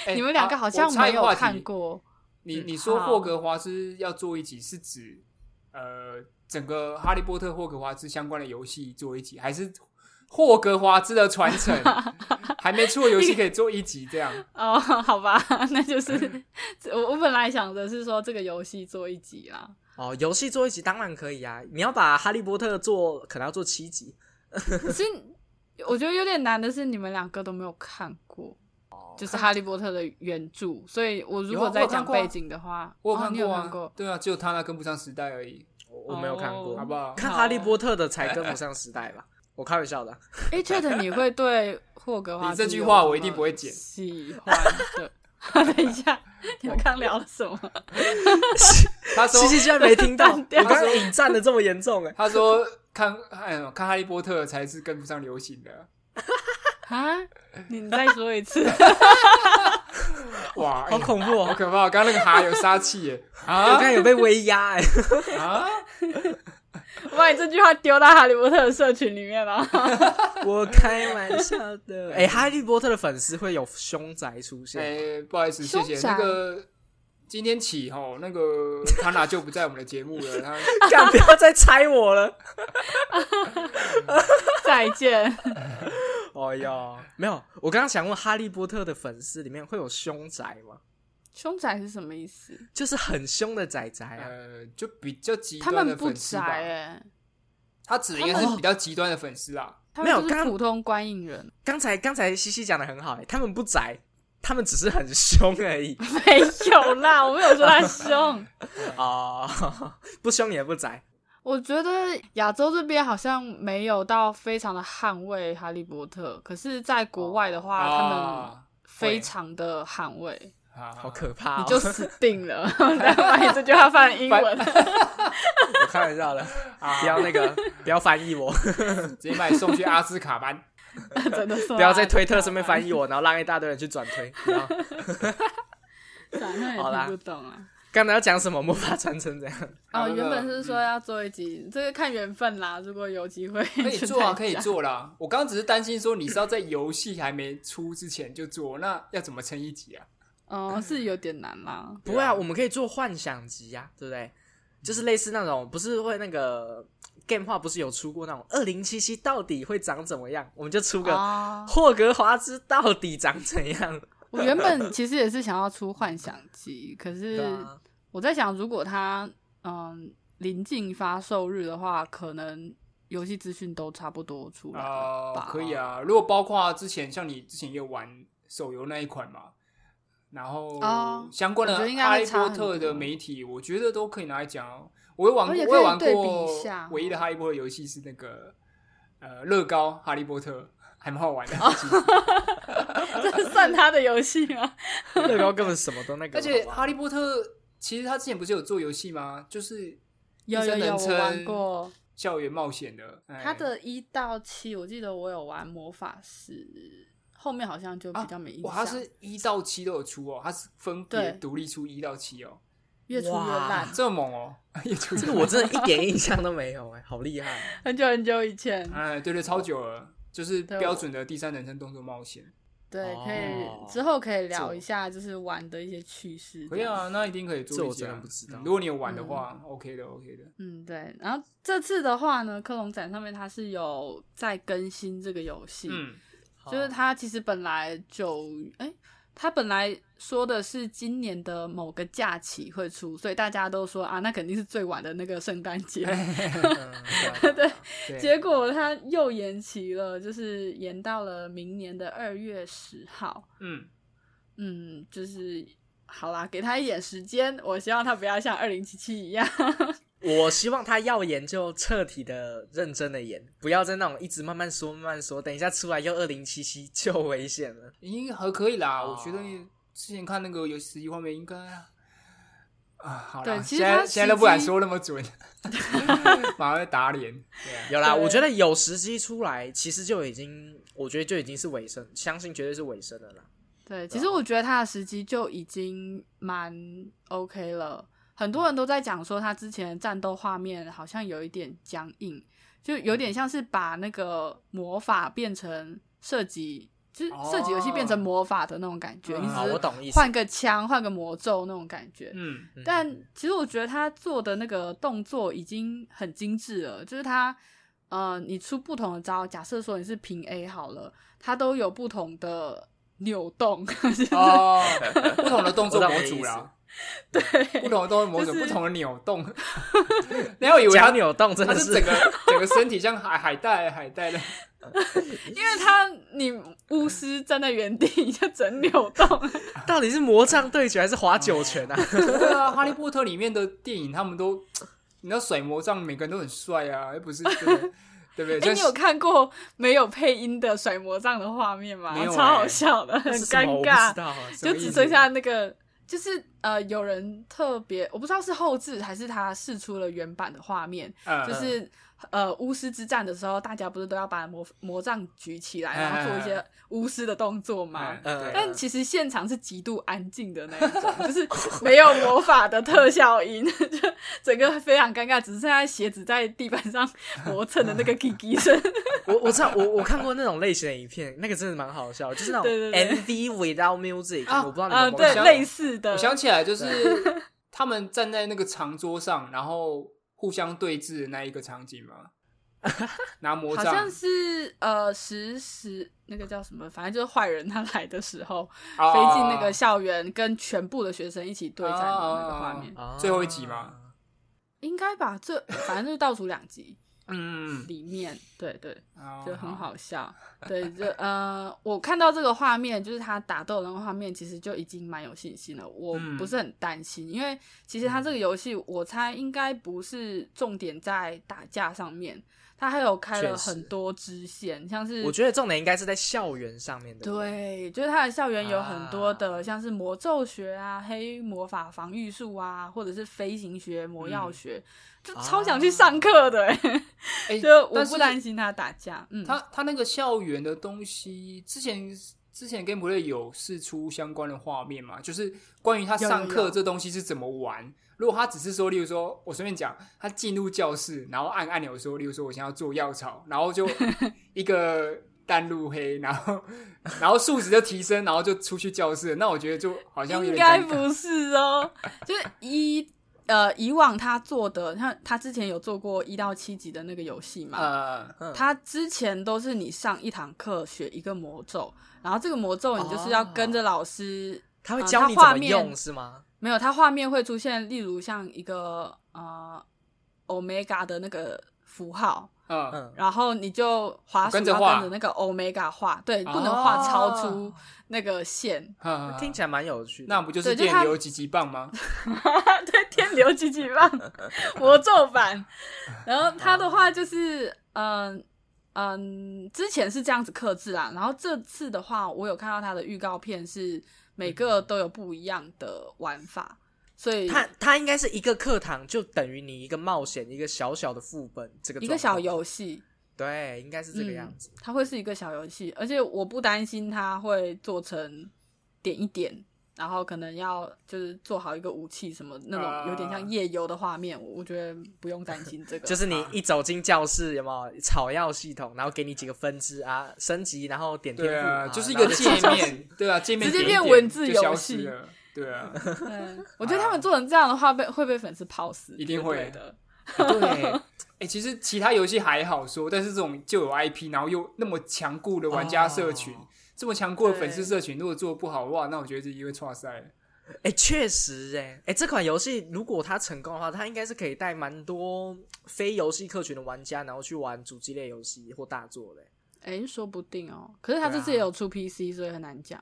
Speaker 1: 哎
Speaker 3: 你们两个好像
Speaker 1: 啊我插一
Speaker 3: 没有看。
Speaker 1: 个话题
Speaker 3: 过。
Speaker 1: 你
Speaker 2: 嗯
Speaker 1: 你说
Speaker 3: 好
Speaker 1: 霍格华兹要做一集，是指呃整个哈利波特霍格华兹相关的游戏做一集，还是霍格华兹的传 承还没出的游戏可以做一集这样？
Speaker 3: 哦， 好吧，那就是 我我本来想的是说这个游戏做一集 啦，
Speaker 2: 哦，游戏做一集当然可以啊。你要把《哈利波特》做，可能要做七集。
Speaker 3: 可是我觉得有点难的是你们两个都没有看过，就是《哈利波特》的原著，所以我如
Speaker 1: 哦有啊
Speaker 3: 果
Speaker 1: 我
Speaker 3: 在
Speaker 1: 有看
Speaker 3: 讲
Speaker 1: 过啊
Speaker 3: 背景的话，
Speaker 1: 我
Speaker 3: 哦你有
Speaker 1: 过
Speaker 3: 看
Speaker 1: 啊，
Speaker 3: 过，
Speaker 1: 对啊，只有他那跟不上时代而已，
Speaker 2: 我我没有看过，
Speaker 3: 哦
Speaker 1: 好不好？
Speaker 2: 看《
Speaker 3: 好
Speaker 2: 哈利波特》的才跟不上时代吧？我开玩笑的。
Speaker 3: 哎 c h a t 你会对霍格华兹
Speaker 1: 你这句
Speaker 3: 有
Speaker 1: 话
Speaker 3: 什
Speaker 1: 我一定
Speaker 3: 么
Speaker 1: 不会剪
Speaker 3: 喜欢 的，等一 下，你们刚聊了什么？
Speaker 1: 他说
Speaker 2: 西西居然没听到，我
Speaker 3: 断掉
Speaker 2: 刚刚引战的这么严重哎、
Speaker 1: 他说看哎呦看哈利波特才是跟不上流行的，
Speaker 3: 啊？你再说一 次，
Speaker 1: 哇，
Speaker 2: 好恐怖
Speaker 1: 哎好
Speaker 2: 哦！
Speaker 1: 可怕！刚刚那个哈有杀气耶，
Speaker 2: 我
Speaker 1: 啊
Speaker 2: 刚刚有被威压哎、
Speaker 1: 啊！
Speaker 3: 我把你这句话丢到哈利波特的社群里面了。
Speaker 2: 我开玩笑的。哎、哈利波特的粉丝会有凶宅出现，
Speaker 1: 哎，不好意思，谢谢
Speaker 3: 凶宅
Speaker 1: 那个。今天起吼，那个他娜就不在我们的节目了。他
Speaker 2: 干不要再猜我了。
Speaker 3: 再见。
Speaker 2: 哎呀，没有，我刚刚想问，哈利波特的粉丝里面会有凶宅吗？
Speaker 3: 凶宅是什么意思？
Speaker 2: 就是很凶的宅宅啊。
Speaker 1: 呃，就比较极
Speaker 3: 他
Speaker 1: 端的
Speaker 3: 们不
Speaker 1: 粉丝
Speaker 3: 宅
Speaker 1: 吧。
Speaker 3: 哎、
Speaker 1: 他指的应该
Speaker 2: 他们
Speaker 1: 是比较极端的粉丝啦。
Speaker 3: 他
Speaker 2: 没有
Speaker 3: 们就
Speaker 2: 刚
Speaker 3: 是普通观影人，
Speaker 2: 刚才刚才西西讲的很好哎、他们不宅，他们只是很凶而 已
Speaker 3: 没有啦，我没有说他凶。
Speaker 2: 哦，不凶也不宅。
Speaker 3: 我觉得亚洲这边好像没有到非常的捍卫哈利波特，可是在国外的话，他们
Speaker 1: 啊，
Speaker 3: 非常的捍卫，
Speaker 1: 好
Speaker 2: 好可怕、哦！
Speaker 3: 你就 死定了。再把你这句话放成英文，
Speaker 2: 我开玩笑的，
Speaker 3: 啊
Speaker 2: 不要那个，不要翻译我，
Speaker 1: 直接把你送去阿兹卡班。
Speaker 3: 真的
Speaker 2: 不要在推特上
Speaker 3: 啊
Speaker 2: 面翻译我，然后让一大堆人去转推。不要
Speaker 3: 译，反正也
Speaker 2: 好啦
Speaker 3: 听不懂啊。
Speaker 2: 刚才要讲什么？魔法传承这样？
Speaker 1: 好那
Speaker 3: 哦，
Speaker 1: 个嗯
Speaker 3: 原本是说要做一集，这个看缘分啦。如果有机会，
Speaker 1: 可以做啊，可以
Speaker 3: 就再讲。
Speaker 1: 做啦。我刚刚只是担心说你是要在游戏还没出之前就做，那要怎么撑一集啊？
Speaker 3: 哦，是有点难啦。
Speaker 2: 不会啊，我们可以做幻想集呀、对不对？就是类似那种，不是会那个 game 话，不是有出过那种二零七七到底会长怎么样？我们就出个
Speaker 3: 啊，
Speaker 2: 霍格华兹到底长怎样？
Speaker 3: 我原本其实也是想要出幻想集，可是
Speaker 2: 对啊，
Speaker 3: 我在想，如果它嗯临近发售日的话，可能游戏资讯都差不多出来了
Speaker 1: 哦
Speaker 3: 吧？，
Speaker 1: 可以。啊。如果包括之前像你之前也有玩手游那一款嘛，然后
Speaker 3: 哦
Speaker 1: 相关的
Speaker 3: 我觉得应
Speaker 1: 《
Speaker 3: 该会
Speaker 1: 哈利波
Speaker 3: 差
Speaker 1: 特
Speaker 3: 很》
Speaker 1: 的
Speaker 3: 多
Speaker 1: 媒体，我觉得都可以拿来讲哦。我有玩过，
Speaker 3: 而且可以
Speaker 1: 我有玩
Speaker 3: 对比一
Speaker 1: 过
Speaker 3: 下哦
Speaker 1: 唯一的《哈利波特》游戏是那个呃乐高《哈利波特》，还蛮好玩 的。其实
Speaker 3: 这 算他的游戏吗？
Speaker 2: 乐高根本什么都那个，
Speaker 1: 而且《
Speaker 2: 好不好
Speaker 1: 哈利波特》其实他之前不是有做游戏吗？就是
Speaker 3: 有有有，我玩过。
Speaker 1: 校园冒险的，哎
Speaker 3: 它的一到七，我记得我有玩魔法师，后面好像就比较没印象。
Speaker 1: 啊哇，它是一到七都有出哦，它是分别
Speaker 3: 对
Speaker 1: 独立出一到七哦，
Speaker 3: 越出越烂
Speaker 2: 哇，
Speaker 1: 这么猛哦， 也出
Speaker 2: 这个我真的一点印象都没有哎、好厉害！
Speaker 3: 很久很久以前。
Speaker 1: 哎，对对，超久了，就是
Speaker 3: 对
Speaker 1: 标准的第三人称动作冒险。
Speaker 2: 啊
Speaker 3: 对，可
Speaker 2: 哦
Speaker 3: 以之后可以聊一下，就是玩的一些趣事。
Speaker 1: 可以啊，，那一定可以做
Speaker 2: 这
Speaker 1: 一
Speaker 2: 我
Speaker 1: 集啊
Speaker 2: 真的不知道
Speaker 1: 嗯如果你有玩的话，OK 的，OK 的。
Speaker 3: 嗯，对。然后这次的话呢，科隆展上面它是有在更新这个游戏，
Speaker 1: 嗯，
Speaker 2: 哦
Speaker 3: 就是它其实本来九哎，它本来说的是今年的某个假期会出，所以大家都说啊，那肯定是最晚的那个圣诞节。
Speaker 2: 哎 嗯对啊
Speaker 3: 结果它又延期了，就是延到了明年的二月十号。
Speaker 1: 嗯，
Speaker 3: 嗯，就是好啦，给他一点时间，我希望他不要像二零七七一样。
Speaker 2: 我希望他要演就彻底的、认真的演，不要再那种一直慢慢说、慢慢说，等一下出来又二零七七就危险了。
Speaker 1: 已经还可以啦。
Speaker 2: 哦
Speaker 1: 我觉得之前看那个游戏实际画面应该啊，好啦，
Speaker 3: 对其
Speaker 1: 现
Speaker 3: 实
Speaker 1: 在
Speaker 3: 它
Speaker 1: 现在都不敢
Speaker 3: 实际
Speaker 1: 说那么准， 马上会打脸。对啊
Speaker 2: 有啦，
Speaker 3: 对
Speaker 2: 我觉得有时机出来，其实就已经，我觉得就已经是尾声，相信绝对是尾声的啦。啊
Speaker 3: 对，其实我觉得他的时机就已经蛮 OK 了。很多人都在讲说，他之前的战斗画面好像有一点僵硬，就有点像是把那个魔法变成射击，就是射击游戏变成魔法的那种感觉。
Speaker 1: 哦
Speaker 3: 你
Speaker 1: 嗯
Speaker 2: 哦好，我
Speaker 3: 只
Speaker 2: 懂意
Speaker 3: 是
Speaker 2: 思。
Speaker 3: 换个枪，换个魔咒那种感觉。
Speaker 1: 嗯，
Speaker 2: 嗯
Speaker 3: 但其实我觉得他做的那个动作已经很精致了，就是他，呃，你出不同的招，假设说你是平 A 好了，他都有不同的扭动，就是
Speaker 1: 哦，不同的动作
Speaker 2: 我懂
Speaker 1: 模
Speaker 2: 你的
Speaker 1: 组
Speaker 2: 意思
Speaker 1: 啦，
Speaker 3: 对，
Speaker 1: 不同的动作某种
Speaker 3: 就是
Speaker 1: 不同的扭动，你要以为
Speaker 2: 假
Speaker 1: 他
Speaker 2: 扭动真
Speaker 1: 他
Speaker 2: 的
Speaker 1: 是整个整个身体像海海带海带的，
Speaker 3: 因为他你巫师站在原地，你就整扭 动。
Speaker 2: 到底是魔杖对决还是划九拳啊？
Speaker 1: 对啊，哈利波特里面的电影他们都，你知道甩魔杖每个人都很帅啊，又不是真的对不对？
Speaker 3: 哎、
Speaker 1: 就
Speaker 3: 你有
Speaker 1: 是
Speaker 3: 看过没有配音的甩魔杖的画面吗？
Speaker 1: 没有
Speaker 3: 超
Speaker 1: 哎
Speaker 3: 好笑的，很
Speaker 2: 这是什
Speaker 3: 尴
Speaker 2: 么我不
Speaker 3: 尬
Speaker 2: 知。道啊
Speaker 1: 什
Speaker 3: 就
Speaker 1: 么意
Speaker 3: 只
Speaker 1: 思
Speaker 3: 剩下那个，就是呃，有人特别，我不知道是后置还是他试出了原版的画面，
Speaker 1: 嗯
Speaker 3: 就是呃巫师之战的时候，大家不是都要把魔魔杖举起
Speaker 1: 哎
Speaker 3: 来，然后做一些巫师的动作吗
Speaker 1: 嗯？
Speaker 2: 嗯
Speaker 1: 对
Speaker 3: 但其实现场是极度安静的那一种，就是没有魔法的特效音，就整个非常尴尬，只剩下鞋子在地板上磨蹭的那个 kiki 声。
Speaker 2: 我我知道，我我看过那种类型的影片，那个真的蛮好笑的，就是那种
Speaker 3: 对对对
Speaker 2: MV without music，
Speaker 1: 啊
Speaker 2: 我不知道你
Speaker 3: 啊，
Speaker 2: 们有没有
Speaker 3: 对，
Speaker 2: 看过
Speaker 3: 类似的
Speaker 1: 我，想起来就是 他们站在那个长桌上，然后互相对峙的那一个场景 嘛，拿魔
Speaker 3: 好
Speaker 1: 杖
Speaker 3: 像是呃十十那个叫什么，反正就是坏人他来的时候、
Speaker 1: 啊
Speaker 3: 飞进那个校园，跟全部的学生一起对战的那个
Speaker 1: 哦
Speaker 3: 画面，
Speaker 2: 啊
Speaker 1: 最后一集吗？
Speaker 3: 应该吧？这反正就是倒数两集
Speaker 1: 嗯，
Speaker 3: 里面，对对，
Speaker 1: 嗯
Speaker 3: 就
Speaker 2: 哦
Speaker 3: 很。好笑。对，就呃，我看到这个画面，就是他打斗的那个画面，其实就已经蛮有信心了。我
Speaker 1: 嗯
Speaker 3: 不是很担心，因为其实他
Speaker 2: 嗯
Speaker 3: 这个游戏，我猜应该不是重点在打架上面，他还有开
Speaker 2: 确
Speaker 3: 了
Speaker 2: 实
Speaker 3: 很多支线，像是
Speaker 2: 我觉得重点应该是在校园上面的。
Speaker 3: 嗯对，就是它的校园有很多的，
Speaker 2: 啊
Speaker 3: 像是魔咒学啊、黑魔法防御术啊，或者是飞行学、魔
Speaker 2: 嗯
Speaker 3: 药学，
Speaker 2: 啊
Speaker 3: 就超想去上课的、欸。
Speaker 1: 哎
Speaker 3: 就我
Speaker 1: 但是
Speaker 3: 不担心他打架，嗯，
Speaker 1: 他他那个校园的东西，之前之前 Game Boy 有试出相关的画面嘛，就是关于他上
Speaker 3: 有有
Speaker 1: 课
Speaker 3: 有
Speaker 1: 这东西是怎么玩。如果他只是说，例如说，我随便讲，他进入教室，然后按按钮说，例如说我想要做药草，然后就一个淡入黑，然后然后数值就提升，然后就出去教室，那我觉得就好像有
Speaker 3: 应
Speaker 1: 点
Speaker 3: 该
Speaker 1: 尴尬
Speaker 3: 不是哦，就是一。呃，以往他做的，他他之前有做过一到七级的那个游戏嘛，
Speaker 1: 呃，
Speaker 2: 嗯
Speaker 3: 他之前都是你上一堂课学一个魔咒，然后这个魔咒你
Speaker 1: 哦
Speaker 3: 就是要跟着老师
Speaker 2: 他会
Speaker 3: 呃
Speaker 2: 教
Speaker 3: 它
Speaker 2: 你怎
Speaker 3: 画
Speaker 2: 么
Speaker 3: 面
Speaker 2: 用是吗？
Speaker 3: 没有，它画面会出现，例如像一个呃 omega 的那个符号，
Speaker 1: 嗯
Speaker 2: 嗯，
Speaker 3: 然后你就滑鼠
Speaker 1: 哦跟着
Speaker 3: 要
Speaker 1: 画
Speaker 3: 跟着那个 omega 画，对，
Speaker 1: 哦
Speaker 3: 不能画超出那个线。
Speaker 1: 嗯嗯
Speaker 2: 听起来蛮有趣的。
Speaker 1: 那不就是
Speaker 3: 对就
Speaker 1: 电
Speaker 3: 他
Speaker 1: 流几级棒吗？
Speaker 3: 对，天流几几 棒，魔咒版。然后它的话就是，嗯嗯，之前是这样子克制啦，然后这次的话，我有看到它的预告片是每个都有不一样的玩法，所
Speaker 2: 嗯
Speaker 3: 以
Speaker 2: 他他应该是一个课堂，就等于你一个冒险，一个小小的副本，这个
Speaker 3: 一个
Speaker 2: 状
Speaker 3: 小
Speaker 2: 况
Speaker 3: 游戏。
Speaker 2: 对，应该是这个样子。
Speaker 3: 它会是一个小游戏，而且我不担心它会做成点一点，然后可能要就是做好一个武器什么那
Speaker 1: 啊
Speaker 3: 种有点像夜游的画面，我我觉得不用担心这个。
Speaker 2: 就是
Speaker 1: 啊
Speaker 2: 你一走进教室，有没有草药系统，然后给你几个分支啊，升级，然后点天
Speaker 1: 对
Speaker 2: 赋
Speaker 1: 啊，就是一
Speaker 2: 然
Speaker 1: 个
Speaker 2: 后
Speaker 1: 界面， 对啊，界面
Speaker 3: 直接
Speaker 1: 点一
Speaker 3: 变
Speaker 1: 点
Speaker 3: 文字
Speaker 1: 就
Speaker 3: 游
Speaker 1: 消
Speaker 3: 戏
Speaker 1: 失了，对啊，
Speaker 3: 嗯，我觉得他们做成这样的话被会被粉丝泡死，
Speaker 1: 一定会
Speaker 3: 对的。
Speaker 2: 对，
Speaker 1: 哎、其实其他游戏还好说，但是这种就有 IP，然后又那么强固的玩家社群，
Speaker 2: 哦
Speaker 1: 这么强固的粉丝
Speaker 3: 对
Speaker 1: 社群，如果做的不好的话，那我觉得自己会错赛了。
Speaker 2: 哎、确实、哎，哎，这款游戏如果它成功的话，它应该是可以带蛮多非游戏客群的玩家，然后去玩主机类游戏或大作嘞、
Speaker 3: 哎、说不定哦。可是他
Speaker 1: 啊
Speaker 3: 这次也有出 PC，、所以很难讲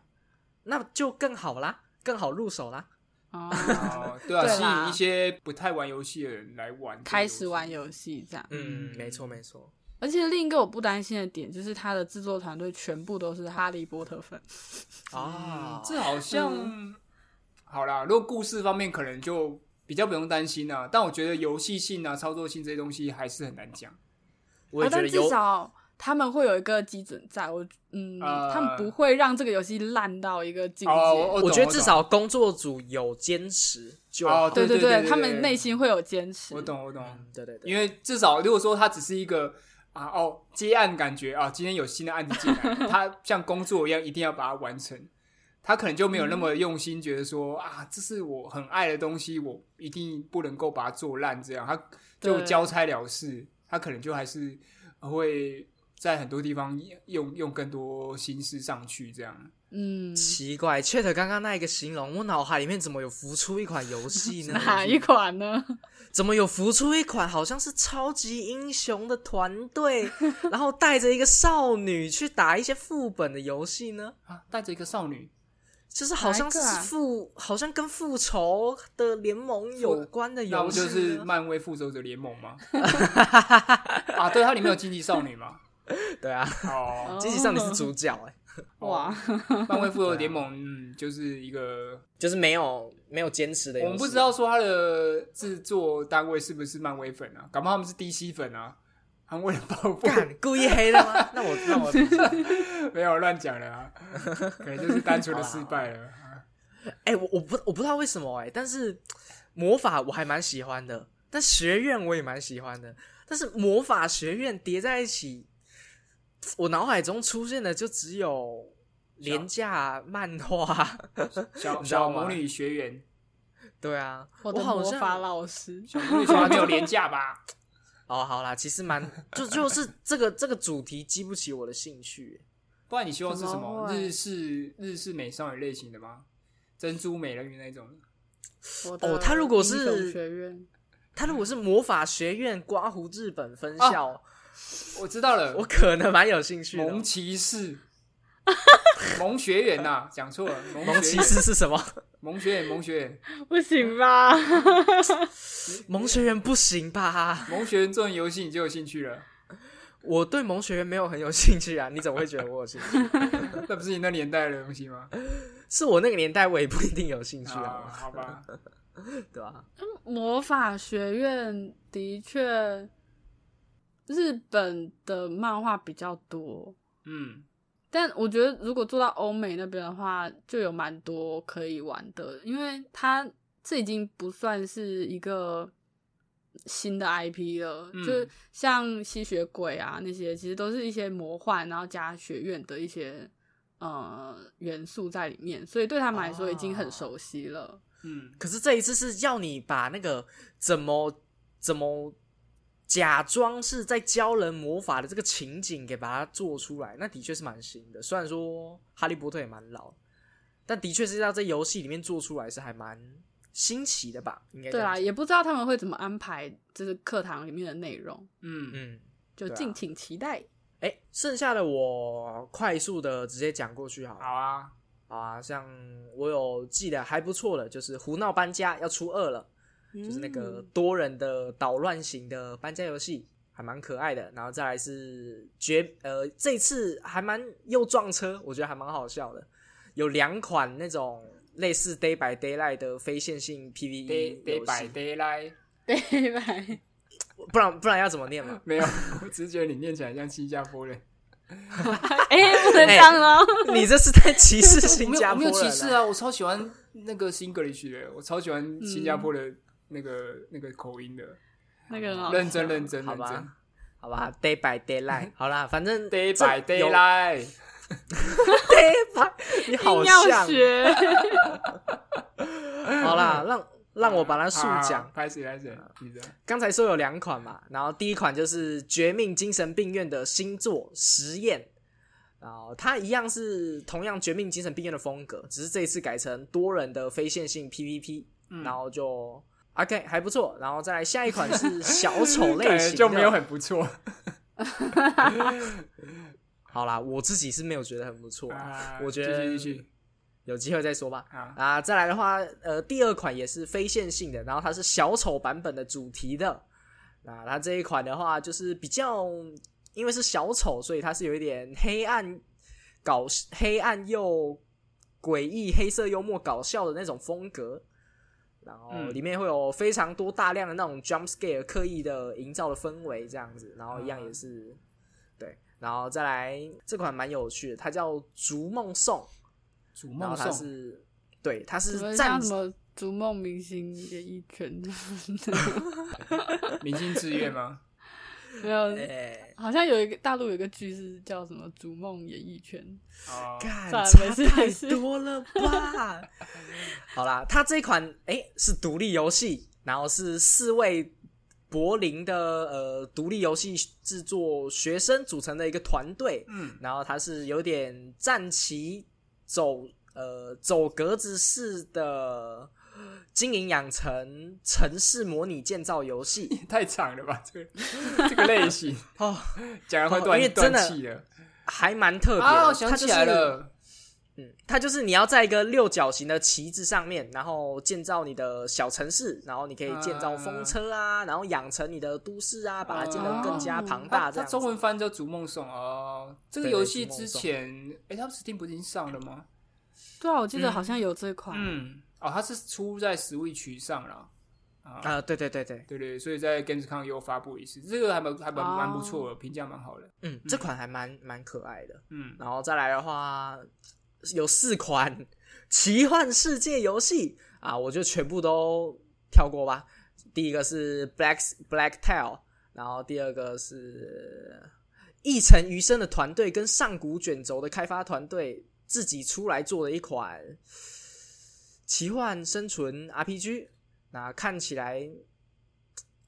Speaker 2: 那就更好啦，更好入手啦。
Speaker 3: 哦。
Speaker 1: 哦，对啊，
Speaker 3: 对
Speaker 1: 吸
Speaker 3: 啦
Speaker 1: 引一些不太玩游戏的人来玩这个游戏，
Speaker 3: 开始玩游戏这样，
Speaker 1: 嗯
Speaker 2: 嗯，没错没错。
Speaker 3: 而且另一个我不担心的点就是他的制作团队全部都是哈利波特粉，
Speaker 1: 嗯
Speaker 2: 啊、
Speaker 1: 这好像、好啦。如果故事方面可能就比较不用担心啊，但我觉得游戏性啊、操作性这些东西还是很难讲。
Speaker 2: 我
Speaker 3: 啊
Speaker 2: 也觉
Speaker 3: 但
Speaker 2: 得
Speaker 3: 至
Speaker 2: 有，
Speaker 3: 少他们会有一个基准在，我嗯，
Speaker 1: 呃
Speaker 3: 他们不会让这个游戏烂到一个境界。
Speaker 1: 哦，我
Speaker 2: 我觉得至。
Speaker 1: 懂
Speaker 2: 少工作组有坚持就好。
Speaker 1: 哦，
Speaker 3: 对
Speaker 1: 对
Speaker 3: 对
Speaker 1: 对，
Speaker 3: 他们内心会有坚持。
Speaker 1: 我。懂，我懂。
Speaker 2: 嗯，对对对，
Speaker 1: 因为至少如果说它只是一个啊哦接案感觉啊，今天有新的案子进来， 他像工作一样一定要把它完成，他可能就没有那
Speaker 2: 嗯
Speaker 1: 么用心，觉得说啊这是我很爱的东西，我一定不能够把它做烂，这样他就
Speaker 3: 对
Speaker 1: 呃交差了事，他可能就还是会在很多地方用用更多心思上去这样。
Speaker 3: 嗯，
Speaker 2: 奇怪，Chat 刚刚那一个形容，我脑海里面怎么有浮出一款游戏呢？
Speaker 3: 哪一款呢？
Speaker 2: 怎么有浮出一款好像是超级英雄的团队， 然后带着一个少女去打一些副本的游戏呢？
Speaker 1: 啊，带着一个少女，
Speaker 2: 就是好像是
Speaker 3: 哪一个啊
Speaker 2: 复，好像跟复仇的联盟有关的
Speaker 1: 那
Speaker 2: 游
Speaker 1: 不
Speaker 2: 戏啊
Speaker 1: 就
Speaker 2: 呢，
Speaker 1: 是漫威复仇者联盟 吗？啊，对，它里面有惊奇少女嘛。
Speaker 2: 对啊，
Speaker 1: 哦，
Speaker 2: 积极上你是主角哎、
Speaker 3: 哇，
Speaker 1: 漫威复仇者联盟，嗯，就是一个
Speaker 2: 就是没有没有坚持的游
Speaker 1: 我
Speaker 2: 戏，
Speaker 1: 们不知道说它的制作单位是不是漫威粉啊，搞不好他们是 DC 粉啊，他们为了报复
Speaker 2: 干故意黑的吗？ 那我那我
Speaker 1: 没有乱讲了啊，可能就是单纯的失败了。啊
Speaker 2: 哎、我我不我不知道为什么哎、但是魔法我还蛮喜欢的，但学院我也蛮喜欢的，但是魔法学院叠在一起，我脑海中出现的就只有廉价漫画，
Speaker 1: 小
Speaker 2: 你知
Speaker 1: 小
Speaker 2: 道吗
Speaker 1: 魔女学员，
Speaker 2: 对啊，
Speaker 3: 我
Speaker 2: 我
Speaker 3: 的
Speaker 2: 好
Speaker 3: 魔法
Speaker 2: 像
Speaker 3: 老师，
Speaker 1: 小魔女学员没有廉价吧？
Speaker 2: 哦好啦，其实蛮就就是这个这个主题激不起我的兴趣、
Speaker 1: 不然你希望是什么？
Speaker 3: 怎么会
Speaker 1: 日式日式美少女类型的吗？珍珠美人鱼那种？
Speaker 3: 我的
Speaker 2: 哦他如果
Speaker 3: 英雄
Speaker 2: 是
Speaker 3: 学院，
Speaker 2: 他如果是魔法学院刮胡日本分校，
Speaker 3: 哦
Speaker 1: 我知道了，
Speaker 2: 我可能蛮有兴趣的。哦
Speaker 1: 萌骑士，萌学员呐，讲错了，
Speaker 2: 萌
Speaker 1: 萌
Speaker 2: 骑
Speaker 1: 学员
Speaker 2: 士是什么？
Speaker 1: 萌学员，萌学员，
Speaker 3: 不行吧？
Speaker 2: 萌学园不行吧？
Speaker 1: 萌学员这种游戏你就有兴趣了，
Speaker 2: 我对萌学园没有很有兴趣啊，你 怎么会觉得我有兴趣？
Speaker 1: 那不是你那年代的东西吗？
Speaker 2: 是我那个年代，我也不一定有兴趣
Speaker 1: 啊，
Speaker 2: 啊，
Speaker 1: 好吧，
Speaker 2: 对吧、
Speaker 3: 魔法学院的确，日本的漫画比较多，
Speaker 1: 嗯，
Speaker 3: 但我觉得如果做到欧美那边的话，就有蛮多可以玩的，因为它这已经不算是一个新的 IP 了，
Speaker 1: 嗯
Speaker 3: 就像吸血鬼啊那些，其实都是一些魔幻，然后加学院的一些呃元素在里面，所以对他们来说已
Speaker 2: 哦
Speaker 3: 经很熟悉了。
Speaker 1: 嗯，
Speaker 2: 可是这一次是要你把那个怎么怎么假装是在教人魔法的这个情景给把它做出来，那的确是蛮新的。虽然说哈利波特也蛮老，但的确是要在游戏里面做出来是还蛮新奇的吧？应该这
Speaker 3: 对
Speaker 2: 样
Speaker 3: 啊，
Speaker 2: 讲，
Speaker 3: 也不知道他们会怎么安排，就是课堂里面的内容，
Speaker 1: 嗯，
Speaker 2: 嗯。
Speaker 3: 就
Speaker 2: 对啊
Speaker 3: 敬请期待。
Speaker 2: 哎，剩下的我快速的直接讲过去好了。
Speaker 1: 好啊，
Speaker 2: 好啊，像我有记得还不错的，就是《胡闹搬家》要出二了，就是那
Speaker 1: 嗯
Speaker 2: 个多人的捣乱型的搬家游戏，还蛮可爱的。然后再来是绝呃，这次还蛮又撞车，我觉得还蛮好笑的。有两款那种类似 Day by Daylight 的非线性
Speaker 1: day
Speaker 2: PVE
Speaker 1: day
Speaker 2: 游
Speaker 1: by
Speaker 2: 戏，
Speaker 1: day 来，
Speaker 3: 对 吧？
Speaker 2: 不然不然要怎么念嘛？
Speaker 1: 没有， 我只是觉得你念起来像新加坡人，
Speaker 3: 哎、不能这样哦。
Speaker 2: 你 这是在歧视新
Speaker 1: 我没有
Speaker 2: 加
Speaker 1: 我
Speaker 2: 坡
Speaker 1: 没
Speaker 2: 人、
Speaker 1: 有歧视！啊，我超喜欢那个 Singlish 的，我超喜欢新加坡
Speaker 2: 嗯
Speaker 1: 的那个那个口音的，
Speaker 3: 那个很好
Speaker 1: 认真
Speaker 3: 笑
Speaker 1: 认真
Speaker 2: 啊好
Speaker 1: 认真
Speaker 2: 吧。好吧，Day by Daylight，好啦，反正
Speaker 1: day
Speaker 2: 这
Speaker 1: by
Speaker 2: 有
Speaker 1: day 来，
Speaker 2: Day by，你好
Speaker 3: 硬要
Speaker 2: 像
Speaker 3: 学，
Speaker 2: 好 啦，让让我把它速
Speaker 1: 啊
Speaker 2: 讲。
Speaker 1: 拍谁拍谁，你的
Speaker 2: 刚才说有两款嘛，然后第一款就是《绝命精神病院》的星座实验，然后它一样是同样《绝命精神病院》的风格，只是这一次改成多人的非线性 PVP，、然
Speaker 1: 嗯
Speaker 2: 后就 OK 还不错。然后再来下一款 是小丑类
Speaker 1: 感
Speaker 2: 型
Speaker 1: 觉
Speaker 2: 的，
Speaker 1: 就没有很不错
Speaker 2: 好啦，我自己是没有觉得很不错、啊，
Speaker 1: 啊。
Speaker 2: 我觉得
Speaker 1: 继续继续
Speaker 2: 有机会再说吧。
Speaker 1: 啊，
Speaker 2: 啊，再来的话，呃，第二款也是非线性的，然后它是小丑版本的主题的。那它这一款的话，就是比较，因为是小丑，所以它是有一点黑暗、搞黑暗又诡异、黑色幽默、搞笑的那种风格。然后
Speaker 1: 嗯
Speaker 2: 里面会有非常多大量的那种 jump scare 刻意的营造的氛围这样子，然后一样也是、
Speaker 1: 啊
Speaker 2: 对，然后再来这款蛮有趣的，它叫《逐梦颂》。
Speaker 1: 逐
Speaker 2: 然后
Speaker 1: 梦
Speaker 2: 他
Speaker 1: 颂
Speaker 2: 是，对，他
Speaker 3: 怎么
Speaker 2: 是站
Speaker 3: 像什
Speaker 2: 着，
Speaker 3: 么逐梦明星演艺圈？
Speaker 1: 明星志愿吗？
Speaker 3: 没 有，
Speaker 2: 哎，
Speaker 3: 好像有一个大陆有一个剧是叫什么“逐梦演艺圈
Speaker 1: 哦，
Speaker 2: 干
Speaker 3: 算了
Speaker 2: 差
Speaker 3: 没事
Speaker 2: 太
Speaker 3: 没事
Speaker 2: 多了吧？ 好啦，它这款哎是独立游戏，然后是四位柏林的呃独立游戏制作学生组成的一个团队，
Speaker 1: 嗯，
Speaker 2: 然后它是有点战棋走呃走格子式的经营养成城市模拟建造游戏
Speaker 1: 太长了吧？这个这个类 型
Speaker 2: 哦，
Speaker 1: 讲得快
Speaker 2: 哦
Speaker 1: 断
Speaker 2: 因为真
Speaker 1: 断
Speaker 2: 的
Speaker 1: 气了。
Speaker 2: 还蛮特别的。
Speaker 1: 啊，我
Speaker 2: 它
Speaker 1: 想
Speaker 2: 就
Speaker 1: 起来
Speaker 2: 是
Speaker 1: 了，
Speaker 2: 嗯，它就是你要在一个六角形的旗子上面，然后建造你的小城市，然后你可以建造风车
Speaker 1: 嗯
Speaker 2: 啊，然后养成你的都市啊，把它建得更加庞大。
Speaker 1: 它哦它
Speaker 2: 这样
Speaker 1: 中文
Speaker 2: 子，
Speaker 1: 翻叫《逐梦颂》哦。这个
Speaker 2: 对
Speaker 1: 游
Speaker 2: 对
Speaker 1: 戏
Speaker 2: 逐梦
Speaker 1: 之
Speaker 2: 颂
Speaker 1: 前，哎，它 Steam 不是已经上了吗？
Speaker 3: 对啊，我记得
Speaker 2: 嗯
Speaker 3: 好像有这款，
Speaker 1: 嗯，哦，它是出在 Switch 上了。啊，
Speaker 2: 啊，对对对对，
Speaker 1: 对对，所以在 Gamescom 又发布一次，这个还蛮还蛮
Speaker 3: 哦
Speaker 1: 蛮不错的，评价蛮好的。
Speaker 2: 嗯，这款还蛮蛮可爱的。
Speaker 1: 嗯，
Speaker 2: 然后再来的话，有四款奇幻世界游戏啊，我就全部都跳过吧。第一个是 Black Black Tail，然后第二个是一城余生的团队跟上古卷轴的开发团队自己出来做的一款奇幻生存 RPG。那看起来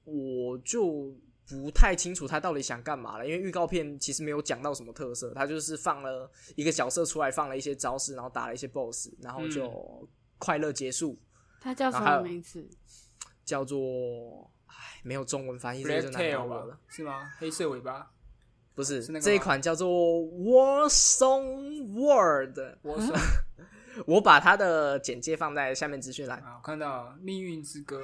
Speaker 2: 我就不太清楚他到底想干嘛了，因为预告片其实没有讲到什么特色，他就是放了一个角色出来，放了一些招式，然后打了一些 BOSS，然后就快乐结束，
Speaker 3: 它叫什
Speaker 2: 然后
Speaker 3: 么
Speaker 2: 还有
Speaker 3: 名字？
Speaker 2: 叫做唉，没有中文翻译，这个
Speaker 1: Black
Speaker 2: 就难
Speaker 1: Tail
Speaker 2: 倒我了
Speaker 1: 吧。，是吗？黑色尾巴，
Speaker 2: 不是
Speaker 1: 是那个吗
Speaker 2: 这一款叫做 War Song World，
Speaker 1: 我手
Speaker 2: 我把它的简介放在下面资讯栏。
Speaker 1: 啊，我看到了《命运之歌》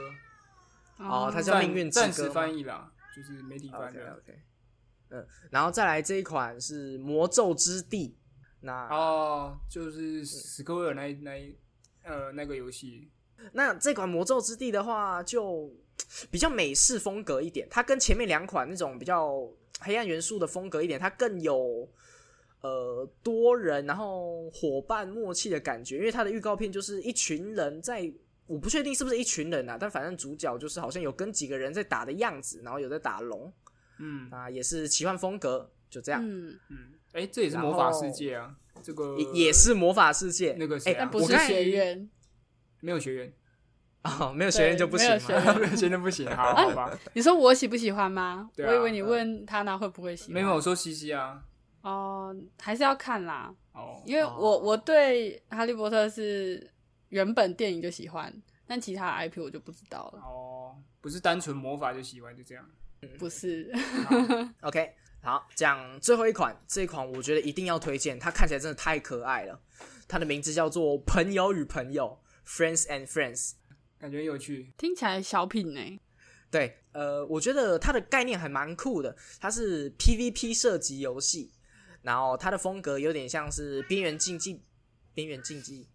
Speaker 2: 哦它叫
Speaker 1: 暂
Speaker 2: 命运之
Speaker 1: 暂
Speaker 2: 歌
Speaker 1: 时
Speaker 2: 吗哦
Speaker 1: 翻译啦，就是媒体翻
Speaker 2: OK
Speaker 1: 的。
Speaker 2: OK，嗯，然后再来这一款是魔咒之地，那
Speaker 1: 哦，就是史克威尔那一那一呃那个游戏，
Speaker 2: 那这款魔咒之地的话，就比较美式风格一点，它跟前面两款那种比较黑暗元素的风格一点，它更有呃多人然后伙伴默契的感觉，因为它的预告片就是一群人在。我不确定是不是一群人啊，但反正主角就是好像有跟几个人在打的样子，然后有在打龙
Speaker 1: 嗯
Speaker 2: 啊，也是奇幻风格，就这样，
Speaker 3: 嗯，
Speaker 1: 嗯，哎，这也是魔法世界啊，这个
Speaker 2: 也也是魔法世界
Speaker 1: 那个谁
Speaker 2: 哎、
Speaker 1: 啊
Speaker 3: 但不
Speaker 2: 我
Speaker 3: 是
Speaker 2: 看
Speaker 3: 学院，
Speaker 1: 没有学员，
Speaker 2: 哦，没有学院就不行
Speaker 3: 对没有
Speaker 2: 吗？
Speaker 3: 学
Speaker 1: 没有学员不行，好好吧，
Speaker 2: 哎
Speaker 3: 你说我喜不喜欢吗？
Speaker 1: 对啊
Speaker 3: 我以为你问他那会不会喜 欢。
Speaker 1: 没有我说西西啊，
Speaker 3: 哦，还是要看啦，
Speaker 1: 哦，
Speaker 3: 因为
Speaker 2: 哦
Speaker 3: 我我对哈利波特是原本电影就喜欢，但其他 IP 我就不知道了。
Speaker 1: 哦，不是单纯魔法就喜欢就这样，
Speaker 3: 不是，
Speaker 2: OK，好，讲最后一款，这一款我觉得一定要推荐，它看起来真的太可爱了。它的名字叫做《朋友与朋友》（Friends and Friends）。
Speaker 1: 感觉很有趣，
Speaker 3: 听起来小品呢、
Speaker 2: 对，呃，我觉得它的概念还蛮酷的，它是 PVP 射击游戏，然后它的风格有点像是边缘竞技、边缘竞技、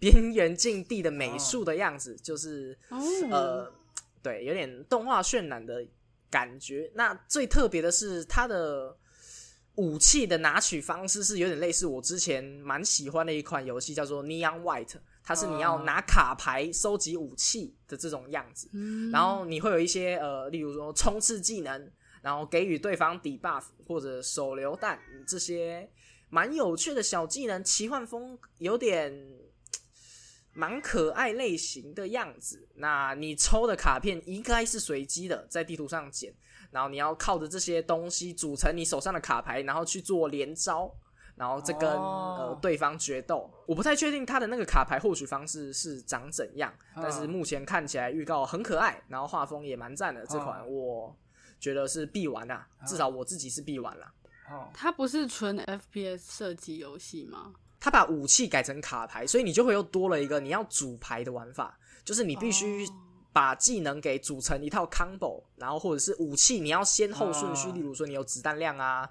Speaker 2: 边缘竞地的美术的样子，就是
Speaker 3: 哦，
Speaker 2: 呃，对，有点动画渲染的感觉。那最特别的是它的武器的拿取方式是有点类似我之前蛮喜欢的一款游戏，叫做 Neon White，它是你要
Speaker 1: 哦
Speaker 2: 拿卡牌收集武器的这种样子。
Speaker 3: 嗯
Speaker 2: 然后你会有一些呃，例如说冲刺技能，然后给予对方 debuff 或者手榴弹嗯这些蛮有趣的小技能，奇幻风有点蛮可爱类型的样子。那你抽的卡片应该是随机的，在地图上捡，然后你要靠着这些东西组成你手上的卡牌，然后去做连招。然后再跟、
Speaker 1: 哦
Speaker 2: 呃对方决斗，我不太确定他的那个卡牌获取方式是长怎样，但是
Speaker 1: 嗯
Speaker 2: 目前看起来预告很可爱，然后画风也蛮赞的。这
Speaker 3: 嗯
Speaker 2: 款我觉得是必玩啦，至少我自己是必玩啦。
Speaker 1: 哦，
Speaker 3: 它不是纯 FPS 射击游戏吗？
Speaker 2: 他把武器改成卡牌，所以你就会又多了一个你要组牌的玩法，就是你必须
Speaker 3: 哦
Speaker 2: 把技能给组成一套 combo，然后或者是武器你要先后顺序，
Speaker 3: 嗯
Speaker 1: 哦
Speaker 2: 例如说你有子弹量啊，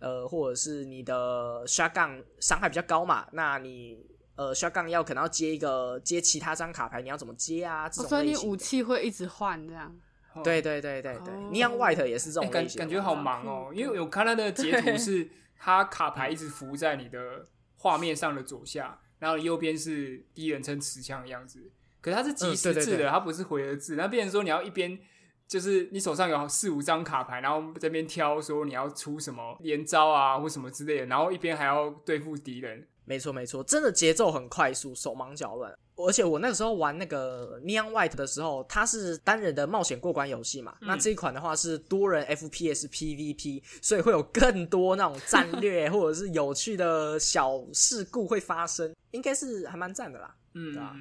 Speaker 2: 呃，或者是你的 shotgun 伤害比较高嘛，那你呃 shotgun 要可能要接一个接其他张卡牌，你要怎么接啊？这
Speaker 3: 哦
Speaker 2: 种
Speaker 3: 所以
Speaker 2: 类
Speaker 3: 你
Speaker 2: 型的
Speaker 3: 武器会一直换这样。
Speaker 1: 哦
Speaker 2: 对对对对对、
Speaker 3: 哦
Speaker 2: n e o n White 也是这
Speaker 1: 哎
Speaker 2: 种
Speaker 1: 感
Speaker 2: 类型的
Speaker 1: 感觉好忙哦，因为我看他的截图
Speaker 3: 对
Speaker 1: 是他卡牌一直浮在你的画面上的左下，然后右边是第一人称持枪的样子。可是它是即时
Speaker 2: 嗯对
Speaker 1: 制
Speaker 2: 对对
Speaker 1: 的，它不是回合制。那变成说你要一边就是你手上有四五张卡牌，然后这边挑说你要出什么连招啊或什么之类的，然后一边还要对付敌人。
Speaker 2: 没错没错，真的节奏很快速，手忙脚乱。而且我那个时候玩那个 Neon White 的时候，它是单人的冒险过关游戏嘛。
Speaker 1: 嗯
Speaker 2: 那这一款的话是多人 FPS PVP，所以会有更多那种 战略或者是有趣的小事故会发生，应该是还蛮赞的啦。
Speaker 1: 嗯
Speaker 2: 对啊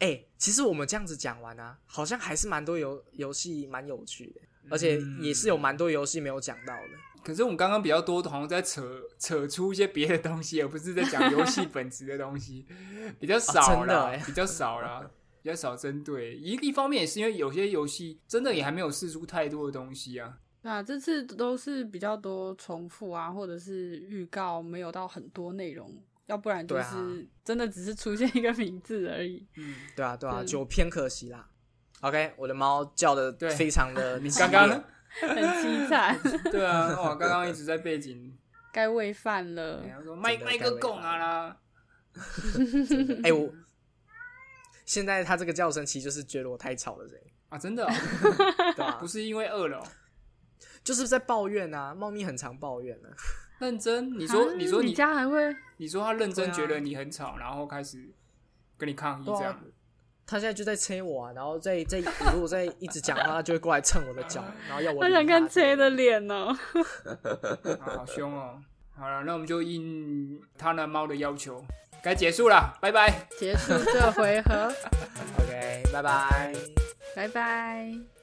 Speaker 2: 哎、其实我们这样子讲完啊，好像还是蛮多游游戏蛮有趣的，而且也是
Speaker 1: 嗯
Speaker 2: 有蛮多游戏没有讲到的。
Speaker 1: 可是我们刚刚比较多，好像在扯扯出一些别的东西，而不是在讲游戏本质的东西， 比较少
Speaker 2: 真的
Speaker 1: 啦，
Speaker 2: 欸
Speaker 1: 比较少啦， 比较少针对。一一方面也是因为有些游戏真的也还没有试出太多的东西啊。
Speaker 3: 对啊，这次都是比较多重复啊，或者是预告没有到很多内容，要不然就
Speaker 2: 对啊
Speaker 3: 是真的只是出现一个名字而已。
Speaker 1: 嗯，
Speaker 2: 对啊，对啊，
Speaker 3: 嗯
Speaker 2: 就偏可惜啦。OK，我的猫叫的
Speaker 1: 对
Speaker 2: 非常 的你
Speaker 1: 刚刚呢？
Speaker 3: 很凄 惨，
Speaker 1: 对 啊，哇，刚刚一直在背景，
Speaker 3: 该喂饭了
Speaker 1: 哎。呀说麦
Speaker 2: 嗯真的
Speaker 1: 麦
Speaker 2: 该
Speaker 1: 个
Speaker 2: 喂
Speaker 1: 供
Speaker 2: 饭
Speaker 1: 啊啦，
Speaker 2: 哎、我现在它这个叫声其实就是觉得我太吵了声音，
Speaker 1: 啊，真 的哦、
Speaker 2: 对吧、
Speaker 1: 不是因为饿了哦、
Speaker 2: 就是在抱怨啊，猫咪很常抱怨呢、啊。
Speaker 1: 认真，你
Speaker 3: 你
Speaker 1: 说，你说
Speaker 3: 啊你
Speaker 1: 你，
Speaker 3: 家还会
Speaker 1: 你说他认真
Speaker 2: 对啊
Speaker 1: 觉得你很吵，然后开始跟你抗议
Speaker 2: 对啊
Speaker 1: 这样，
Speaker 2: 它现在就在催我啊，然后再再我如果再一直讲话，它就会过来蹭我的脚，然后要我。
Speaker 3: 我想看崔的。脸 哦。
Speaker 1: 啊，好凶哦。好了，那我们就应他那猫的要求，该结束了，拜拜。
Speaker 3: 结束这回合，
Speaker 2: OK，拜拜。
Speaker 3: 拜拜。